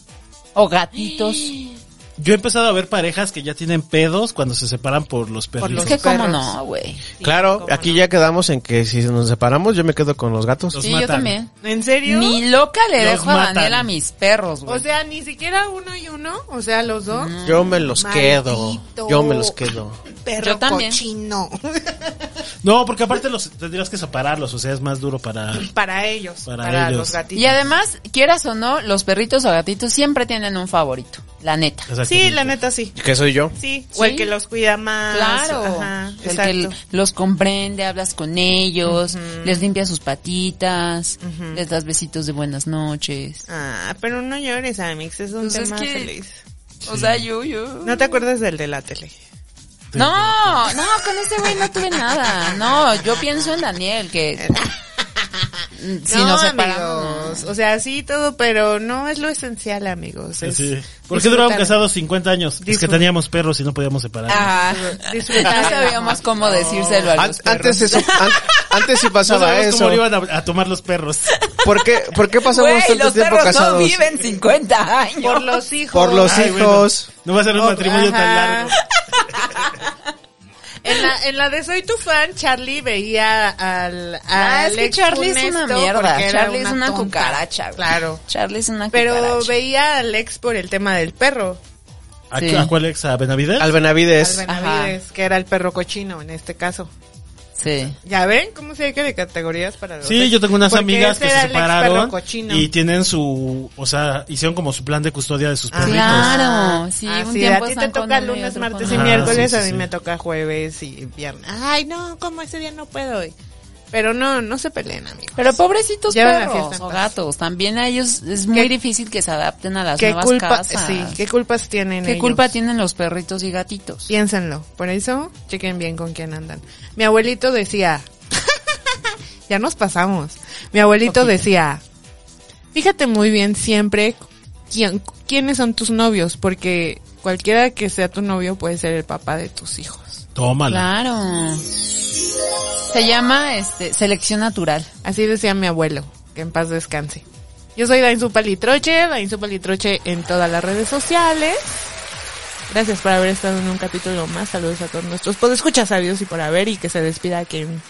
Speaker 4: o gatitos,
Speaker 8: Yo he empezado a ver parejas que ya tienen pedos cuando se separan por los perros.
Speaker 5: Por
Speaker 4: es
Speaker 5: los
Speaker 4: que cómo
Speaker 5: perros.
Speaker 4: no, güey.
Speaker 6: claro, aquí ya quedamos en que si nos separamos, yo me quedo con los gatos.
Speaker 8: Los
Speaker 4: Sí, yo
Speaker 8: matan.
Speaker 4: también.
Speaker 5: ¿En serio?
Speaker 4: Ni loca le
Speaker 8: Los
Speaker 4: dejo a
Speaker 8: matan.
Speaker 4: Daniel a mis perros, güey.
Speaker 5: o sea, ni siquiera uno y uno, o sea, los dos.
Speaker 6: Yo me los quedo.
Speaker 5: Maldito.
Speaker 6: Yo me los quedo.
Speaker 5: Perro
Speaker 4: Yo también.
Speaker 5: cochino.
Speaker 8: No, porque aparte los tendrías que separarlos, o sea, es más duro para...
Speaker 5: para ellos,
Speaker 8: Para
Speaker 5: para,
Speaker 8: ellos.
Speaker 5: los gatitos.
Speaker 4: y además, quieras o no, los perritos o gatitos siempre tienen un favorito, la neta.
Speaker 5: Sí, la neta sí.
Speaker 6: ¿Qué soy yo?
Speaker 5: Sí,
Speaker 4: Sí.
Speaker 5: o el que los cuida más.
Speaker 4: Ah, Claro,
Speaker 5: Ajá,
Speaker 4: el
Speaker 5: exacto.
Speaker 4: que l- los comprende, hablas con ellos, les limpia sus patitas, les das besitos de buenas noches.
Speaker 5: Ah, pero no llores, Amix, es un
Speaker 4: Pues es
Speaker 5: tema
Speaker 4: que-
Speaker 5: feliz.
Speaker 4: O sea, yo, yo.
Speaker 5: ¿No te acuerdas del de la tele?
Speaker 4: No, no, con este güey no tuve nada. No, yo pienso en Daniel, que si
Speaker 5: no,
Speaker 4: nos separamos.
Speaker 5: amigos. O sea, sí todo, pero no es lo esencial, amigos. Es
Speaker 8: Sí. ¿Por qué duraron
Speaker 5: disfrutar-
Speaker 8: casados 50 años? Es que
Speaker 5: Disfruta.
Speaker 8: teníamos perros y no podíamos separarlos.
Speaker 4: Ah,
Speaker 5: Disfrutar
Speaker 4: no
Speaker 5: el
Speaker 4: sabíamos
Speaker 5: amor.
Speaker 4: cómo decírselo a
Speaker 6: An-
Speaker 4: los
Speaker 6: antes,
Speaker 4: perros.
Speaker 6: eso, an- antes sí
Speaker 8: no
Speaker 6: pasaba
Speaker 8: sabemos
Speaker 6: eso.
Speaker 8: cómo le iban a, a tomar los perros.
Speaker 6: ¿Por qué, por qué pasamos
Speaker 4: Güey,
Speaker 6: tanto
Speaker 4: los
Speaker 6: tiempo
Speaker 4: perros no
Speaker 6: casados?
Speaker 4: viven 50 años.
Speaker 5: Por los hijos.
Speaker 6: Por los
Speaker 8: Ay, bueno,
Speaker 6: hijos.
Speaker 8: no va a ser un
Speaker 5: Oh,
Speaker 8: matrimonio tan
Speaker 5: ajá.
Speaker 8: largo.
Speaker 5: En la, en la de Soy tu fan, Charlie veía al. al
Speaker 4: Ah, es que
Speaker 5: ex
Speaker 4: Charlie es una
Speaker 5: funesto
Speaker 4: mierda.
Speaker 5: porque era
Speaker 4: Charlie es una
Speaker 5: tonta.
Speaker 4: cucaracha, güey.
Speaker 5: Claro.
Speaker 4: Charlie es una
Speaker 5: Pero
Speaker 4: cucaracha.
Speaker 5: veía al ex por el tema del perro,
Speaker 8: ¿A,
Speaker 4: Sí.
Speaker 8: ¿a cuál ex? ¿A Benavides?
Speaker 6: Al
Speaker 5: al
Speaker 6: Benavides.
Speaker 5: Benavides, que era el perro cochino en este caso.
Speaker 4: Sí.
Speaker 5: ¿Ya ven cómo se hay que de categorías para los
Speaker 8: Sí,
Speaker 5: ex?
Speaker 8: yo tengo unas
Speaker 5: Porque
Speaker 8: amigas
Speaker 5: ese
Speaker 8: que se
Speaker 5: era el ex perro
Speaker 8: separaron
Speaker 5: cochino.
Speaker 8: y tienen su, o sea, hicieron como su plan de custodia de sus perritos.
Speaker 4: Claro, sí,
Speaker 5: Ah,
Speaker 4: un
Speaker 5: sí,
Speaker 4: tiempo
Speaker 5: a ti te
Speaker 4: están con
Speaker 5: toca
Speaker 4: uno y
Speaker 5: lunes,
Speaker 4: otro
Speaker 5: martes
Speaker 4: con
Speaker 5: y
Speaker 8: otro.
Speaker 5: miércoles,
Speaker 8: Ah, sí,
Speaker 5: a mí
Speaker 8: sí,
Speaker 5: me
Speaker 8: sí.
Speaker 5: toca jueves y viernes. Ay, no, como ese día no puedo hoy. Pero no, no se peleen, amigos.
Speaker 4: Pero pobrecitos
Speaker 5: Llevan la fiesta
Speaker 4: perros
Speaker 5: en
Speaker 4: o
Speaker 5: paz.
Speaker 4: gatos, también a ellos es muy
Speaker 5: ¿Qué-
Speaker 4: difícil que se adapten a las
Speaker 5: ¿Qué
Speaker 4: nuevas
Speaker 5: culpa,
Speaker 4: casas.
Speaker 5: sí, qué culpas tienen
Speaker 4: ¿Qué
Speaker 5: ellos?
Speaker 4: culpa tienen los perritos y gatitos?
Speaker 5: Piénsenlo. Por eso, chequen bien con quién andan. Mi abuelito decía, ya nos pasamos. Mi abuelito decía, fíjate muy bien siempre quién, quiénes son tus novios, porque cualquiera que sea tu novio puede ser el papá de tus hijos.
Speaker 8: Tómala.
Speaker 4: Claro. Se llama este selección natural.
Speaker 5: Así decía mi abuelo, que en paz descanse. Yo soy Dainzu Palitroche, Dainzu Palitroche en todas las redes sociales. Gracias por haber estado en un capítulo más. Saludos a todos nuestros podescuchas, adiós y por haber y que se despida quien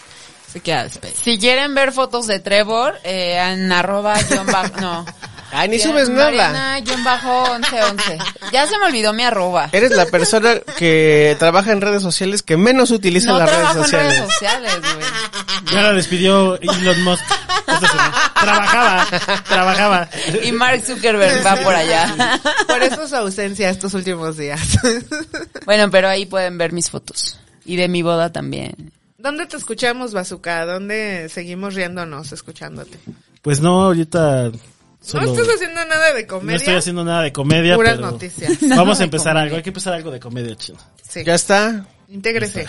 Speaker 5: se quiera despedir.
Speaker 4: Si quieren ver fotos de Trevor, eh, en arroba John Bajo, no.
Speaker 6: Ah, Ay, ni subes nada.
Speaker 4: Mariana, John Bajo 1111. Ya se me olvidó mi arroba.
Speaker 6: Eres la persona que trabaja en redes sociales que menos utiliza
Speaker 4: No
Speaker 6: las redes
Speaker 4: trabajo en
Speaker 6: sociales.
Speaker 4: redes sociales, güey.
Speaker 8: Ya la despidió Elon Musk. Esta semana. trabajaba, trabajaba.
Speaker 4: Y Mark Zuckerberg va por allá.
Speaker 5: Por eso su ausencia estos últimos días.
Speaker 4: Bueno, pero ahí pueden ver mis fotos. Y de mi boda también.
Speaker 5: ¿Dónde te escuchamos, Bazooka? ¿Dónde seguimos riéndonos escuchándote?
Speaker 8: Pues no, ahorita solo-
Speaker 5: No estás haciendo nada de
Speaker 8: no
Speaker 5: comedia.
Speaker 8: estoy haciendo nada de comedia,
Speaker 5: Puras
Speaker 8: pero
Speaker 5: noticias.
Speaker 8: Vamos
Speaker 4: de
Speaker 8: a empezar
Speaker 4: comedia.
Speaker 8: algo, hay que empezar algo de comedia, chino.
Speaker 5: Sí,
Speaker 6: Ya está.
Speaker 5: intégrese.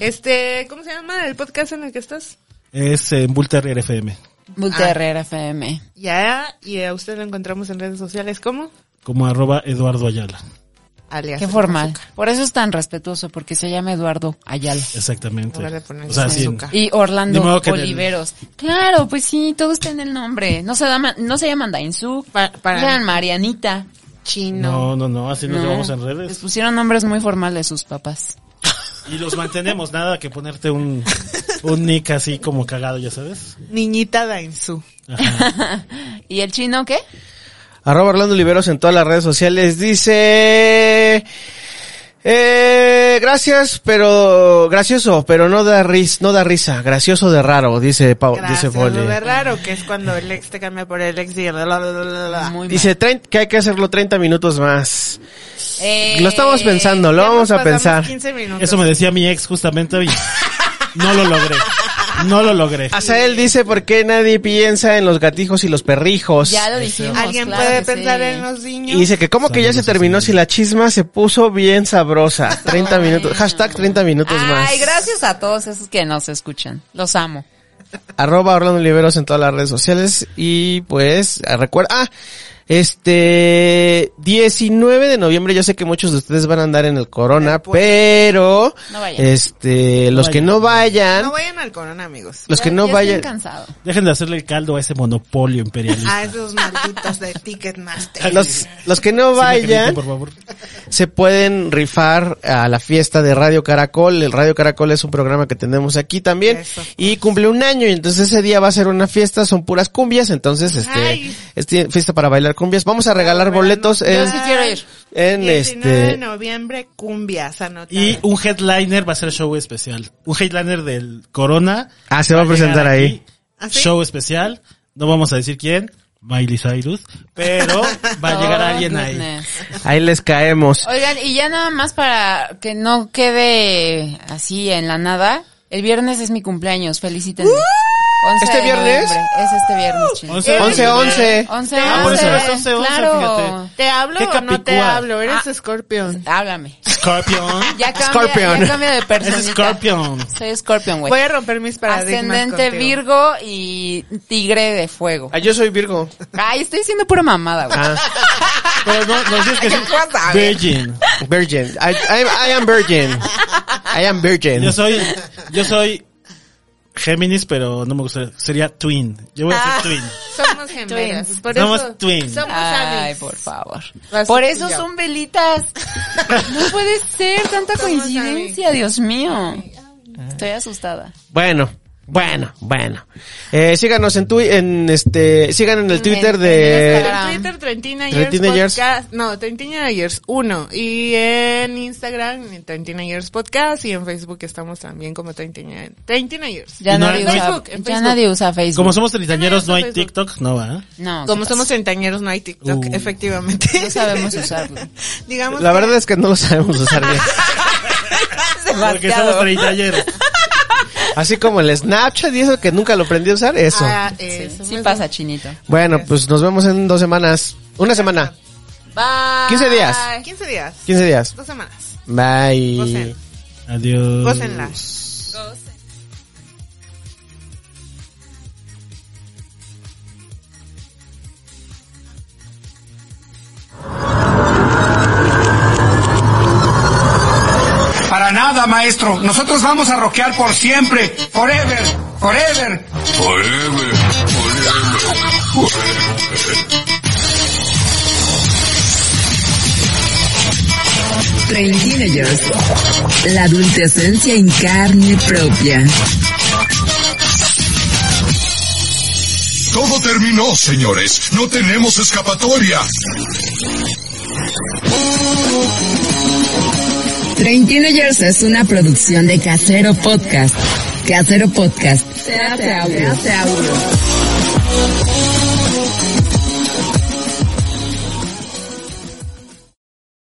Speaker 5: Este, ¿cómo se llama el podcast en el que estás?
Speaker 8: Es en Bull Terrier FM,
Speaker 4: Bulte
Speaker 5: Ah.
Speaker 4: Herrera FM.
Speaker 5: Ya, y a usted lo encontramos en redes sociales como
Speaker 8: como arroba Eduardo Ayala.
Speaker 5: alias.
Speaker 4: Qué
Speaker 5: el
Speaker 4: formal.
Speaker 5: Bazooka.
Speaker 4: Por eso es tan respetuoso, porque se llama Eduardo Ayala.
Speaker 8: Exactamente.
Speaker 5: pues, En lugar de poner
Speaker 8: O sea,
Speaker 5: su
Speaker 8: sí, en-
Speaker 5: azúcar.
Speaker 4: Y
Speaker 8: Ni
Speaker 4: Orlando
Speaker 8: modo que te-
Speaker 4: Oliveros. Claro, pues sí, todo está en el nombre. No se, llama, no se llaman Dainzú,
Speaker 5: Pa- para-
Speaker 4: eran Marianita.
Speaker 5: Chino.
Speaker 8: no, no, no, así nos
Speaker 4: No.
Speaker 8: llevamos en
Speaker 4: Les
Speaker 8: redes.
Speaker 4: pusieron nombres muy formales sus papás.
Speaker 8: Y los mantenemos, nada que ponerte un, un nick así como cagado, ya sabes.
Speaker 5: Niñita Dainzú.
Speaker 8: Ajá.
Speaker 4: ¿Y el chino qué?
Speaker 6: Arroba Orlando Oliveros en todas las redes sociales. Dice... Eh, gracias, pero gracioso, pero no da ris, no da risa, gracioso de raro, dice Pau, dice
Speaker 5: Gracias,
Speaker 6: Poli.
Speaker 5: lo de raro que es cuando el ex te cambia por el ex y bla, bla, bla, bla, bla.
Speaker 4: Muy
Speaker 6: Dice "Trein- que hay que hacerlo 30 minutos más.
Speaker 4: mal. Eh,
Speaker 6: Lo estamos pensando, lo
Speaker 5: Ya nos
Speaker 6: vamos a
Speaker 5: pasamos
Speaker 6: pensar.
Speaker 5: 15 minutos.
Speaker 8: Eso me decía mi ex justamente y no lo logré. No lo logré.
Speaker 6: Azael dice por qué nadie piensa en los gatijos y los perrijos.
Speaker 4: Ya lo dijimos.
Speaker 5: Alguien
Speaker 4: claro
Speaker 5: puede
Speaker 4: que
Speaker 5: pensar
Speaker 4: sí.
Speaker 5: en los niños.
Speaker 6: Y dice que como que ya se terminó si la chisma se puso bien sabrosa. 30 minutos, hashtag 30 minutos más.
Speaker 4: Ay, gracias a todos esos que nos escuchan. Los amo.
Speaker 6: Arroba Orlando Oliveros en todas las redes sociales y pues ah, recuerda, ah, este 19 de noviembre yo sé que muchos de ustedes van a andar en el corona, pero
Speaker 4: No vayan.
Speaker 6: este los que
Speaker 8: vayan.
Speaker 6: no vayan,
Speaker 5: No vayan al corona, amigos.
Speaker 6: los que
Speaker 4: Ya-
Speaker 6: no
Speaker 4: ya estoy
Speaker 6: vayan,
Speaker 4: cansado.
Speaker 8: Dejen de hacerle el caldo a ese monopolio imperialista.
Speaker 5: A esos malditos de Ticketmaster.
Speaker 6: los los que no
Speaker 8: Sí me permiten,
Speaker 6: vayan
Speaker 8: por favor.
Speaker 6: se pueden rifar a la fiesta de Radio Caracol. El Radio Caracol es un programa que tenemos aquí también.
Speaker 5: Eso, pues.
Speaker 6: y cumple un año, y entonces ese día va a ser una fiesta, son puras cumbias, entonces este,
Speaker 5: Ay.
Speaker 6: este fiesta para bailar cumbias. Vamos a regalar boletos
Speaker 4: Yo
Speaker 6: en,
Speaker 4: sí quiero ir.
Speaker 6: en
Speaker 5: 19 de
Speaker 6: este
Speaker 5: noviembre, cumbias, anotado.
Speaker 8: Y un headliner va a ser show especial. Un headliner del Corona.
Speaker 6: Ah, se va a
Speaker 8: llegar
Speaker 6: presentar
Speaker 8: aquí.
Speaker 6: ahí.
Speaker 5: ¿Ah, sí?
Speaker 8: Show especial. No vamos a decir quién. Miley Cyrus. Pero va a llegar
Speaker 4: Oh,
Speaker 8: alguien ahí.
Speaker 4: goodness.
Speaker 6: ahí les caemos.
Speaker 4: Oigan, y ya nada más para que no quede así en la nada. El viernes es mi cumpleaños. Felicítenme. 11
Speaker 6: ¿Este
Speaker 4: de
Speaker 6: viernes?
Speaker 4: noviembre. Es este viernes, chicos.
Speaker 8: 11,
Speaker 6: 11 11.
Speaker 4: 11,
Speaker 8: Ah, por eso es 11, 11,
Speaker 4: claro.
Speaker 5: ¿Te hablo
Speaker 8: ¿Qué
Speaker 5: o no te
Speaker 8: capicúa?
Speaker 5: hablo? Eres
Speaker 4: Ah.
Speaker 5: escorpión.
Speaker 4: Háblame.
Speaker 8: Scorpion.
Speaker 4: Ya cambia,
Speaker 6: Scorpion.
Speaker 4: ya cambia de persona.
Speaker 8: Es Scorpion.
Speaker 4: Soy Scorpion,
Speaker 5: Voy
Speaker 4: güey.
Speaker 5: a romper mis paradigmas
Speaker 4: Ascendente
Speaker 5: contigo.
Speaker 4: Virgo y Tigre de Fuego.
Speaker 6: Ah, yo soy Virgo.
Speaker 4: Ay, estoy diciendo pura mamada, güey.
Speaker 6: Ah,
Speaker 8: Pero no, no dices que sí. Virgin.
Speaker 6: virgin. I, I- I am virgin. I am virgin.
Speaker 8: Yo soy, yo soy Géminis, pero no me gustaría. Sería Twin. Yo voy a ser Twin.
Speaker 5: Somos gemelas.
Speaker 4: Twins.
Speaker 5: Por
Speaker 8: Somos
Speaker 5: eso,
Speaker 8: twins.
Speaker 5: Somos
Speaker 4: Ay,
Speaker 5: amis.
Speaker 4: por favor.
Speaker 5: Vas
Speaker 4: Por
Speaker 5: tú
Speaker 4: eso
Speaker 5: y yo.
Speaker 4: son velitas. No puede ser tanta
Speaker 5: Somos
Speaker 4: coincidencia, Dios mío. Estoy asustada.
Speaker 6: Bueno, bueno, bueno. Eh, síganos en tui- en este, sigan en el Twitter
Speaker 4: en
Speaker 6: de
Speaker 4: Instagram.
Speaker 5: Twitter, Trentina
Speaker 6: Trentina
Speaker 5: Years
Speaker 6: Years.
Speaker 5: Podcast. No, Trentina Years 1. Y en Instagram, Trentina Years Podcast. Y en Facebook estamos también como Trentina, Trentina Years.
Speaker 4: Ya,
Speaker 8: Y no
Speaker 4: nadie,
Speaker 8: hay- no hay-
Speaker 4: usa,
Speaker 5: Facebook, en
Speaker 4: ya
Speaker 5: Facebook.
Speaker 4: nadie usa Facebook.
Speaker 8: Como somos treintañeros, no hay
Speaker 5: Facebook.
Speaker 8: TikTok, no va.
Speaker 4: no, ¿qué
Speaker 5: Como somos
Speaker 4: pasa?
Speaker 5: treintañeros, no hay TikTok,
Speaker 8: Uh.
Speaker 5: efectivamente.
Speaker 4: No sabemos usarlo.
Speaker 5: Digamos
Speaker 6: La
Speaker 5: que-
Speaker 6: verdad es que no lo sabemos usar bien.
Speaker 8: Porque somos treintañeros.
Speaker 6: Así como el Snapchat y eso que nunca lo aprendí a usar, eso.
Speaker 5: Ah, eso.
Speaker 4: Sí pasa, chinito.
Speaker 6: Bueno, pues nos vemos en dos semanas. Una semana.
Speaker 4: Bye.
Speaker 6: 15 días.
Speaker 5: 15 días,
Speaker 6: 15 días.
Speaker 5: dos semanas.
Speaker 6: Bye.
Speaker 5: Gocen.
Speaker 8: Adiós.
Speaker 5: Gócenla.
Speaker 2: Para nada, maestro. Nosotros vamos a rockear por siempre. Forever. Forever.
Speaker 3: Forever, forever, forever.
Speaker 1: Train Teenagers. La adultecencia en carne propia.
Speaker 3: Todo terminó, señores. No tenemos escapatoria.
Speaker 1: Train Teenagers es una producción de Casero Podcast. Casero Podcast. Se hace audio. Se hace audio.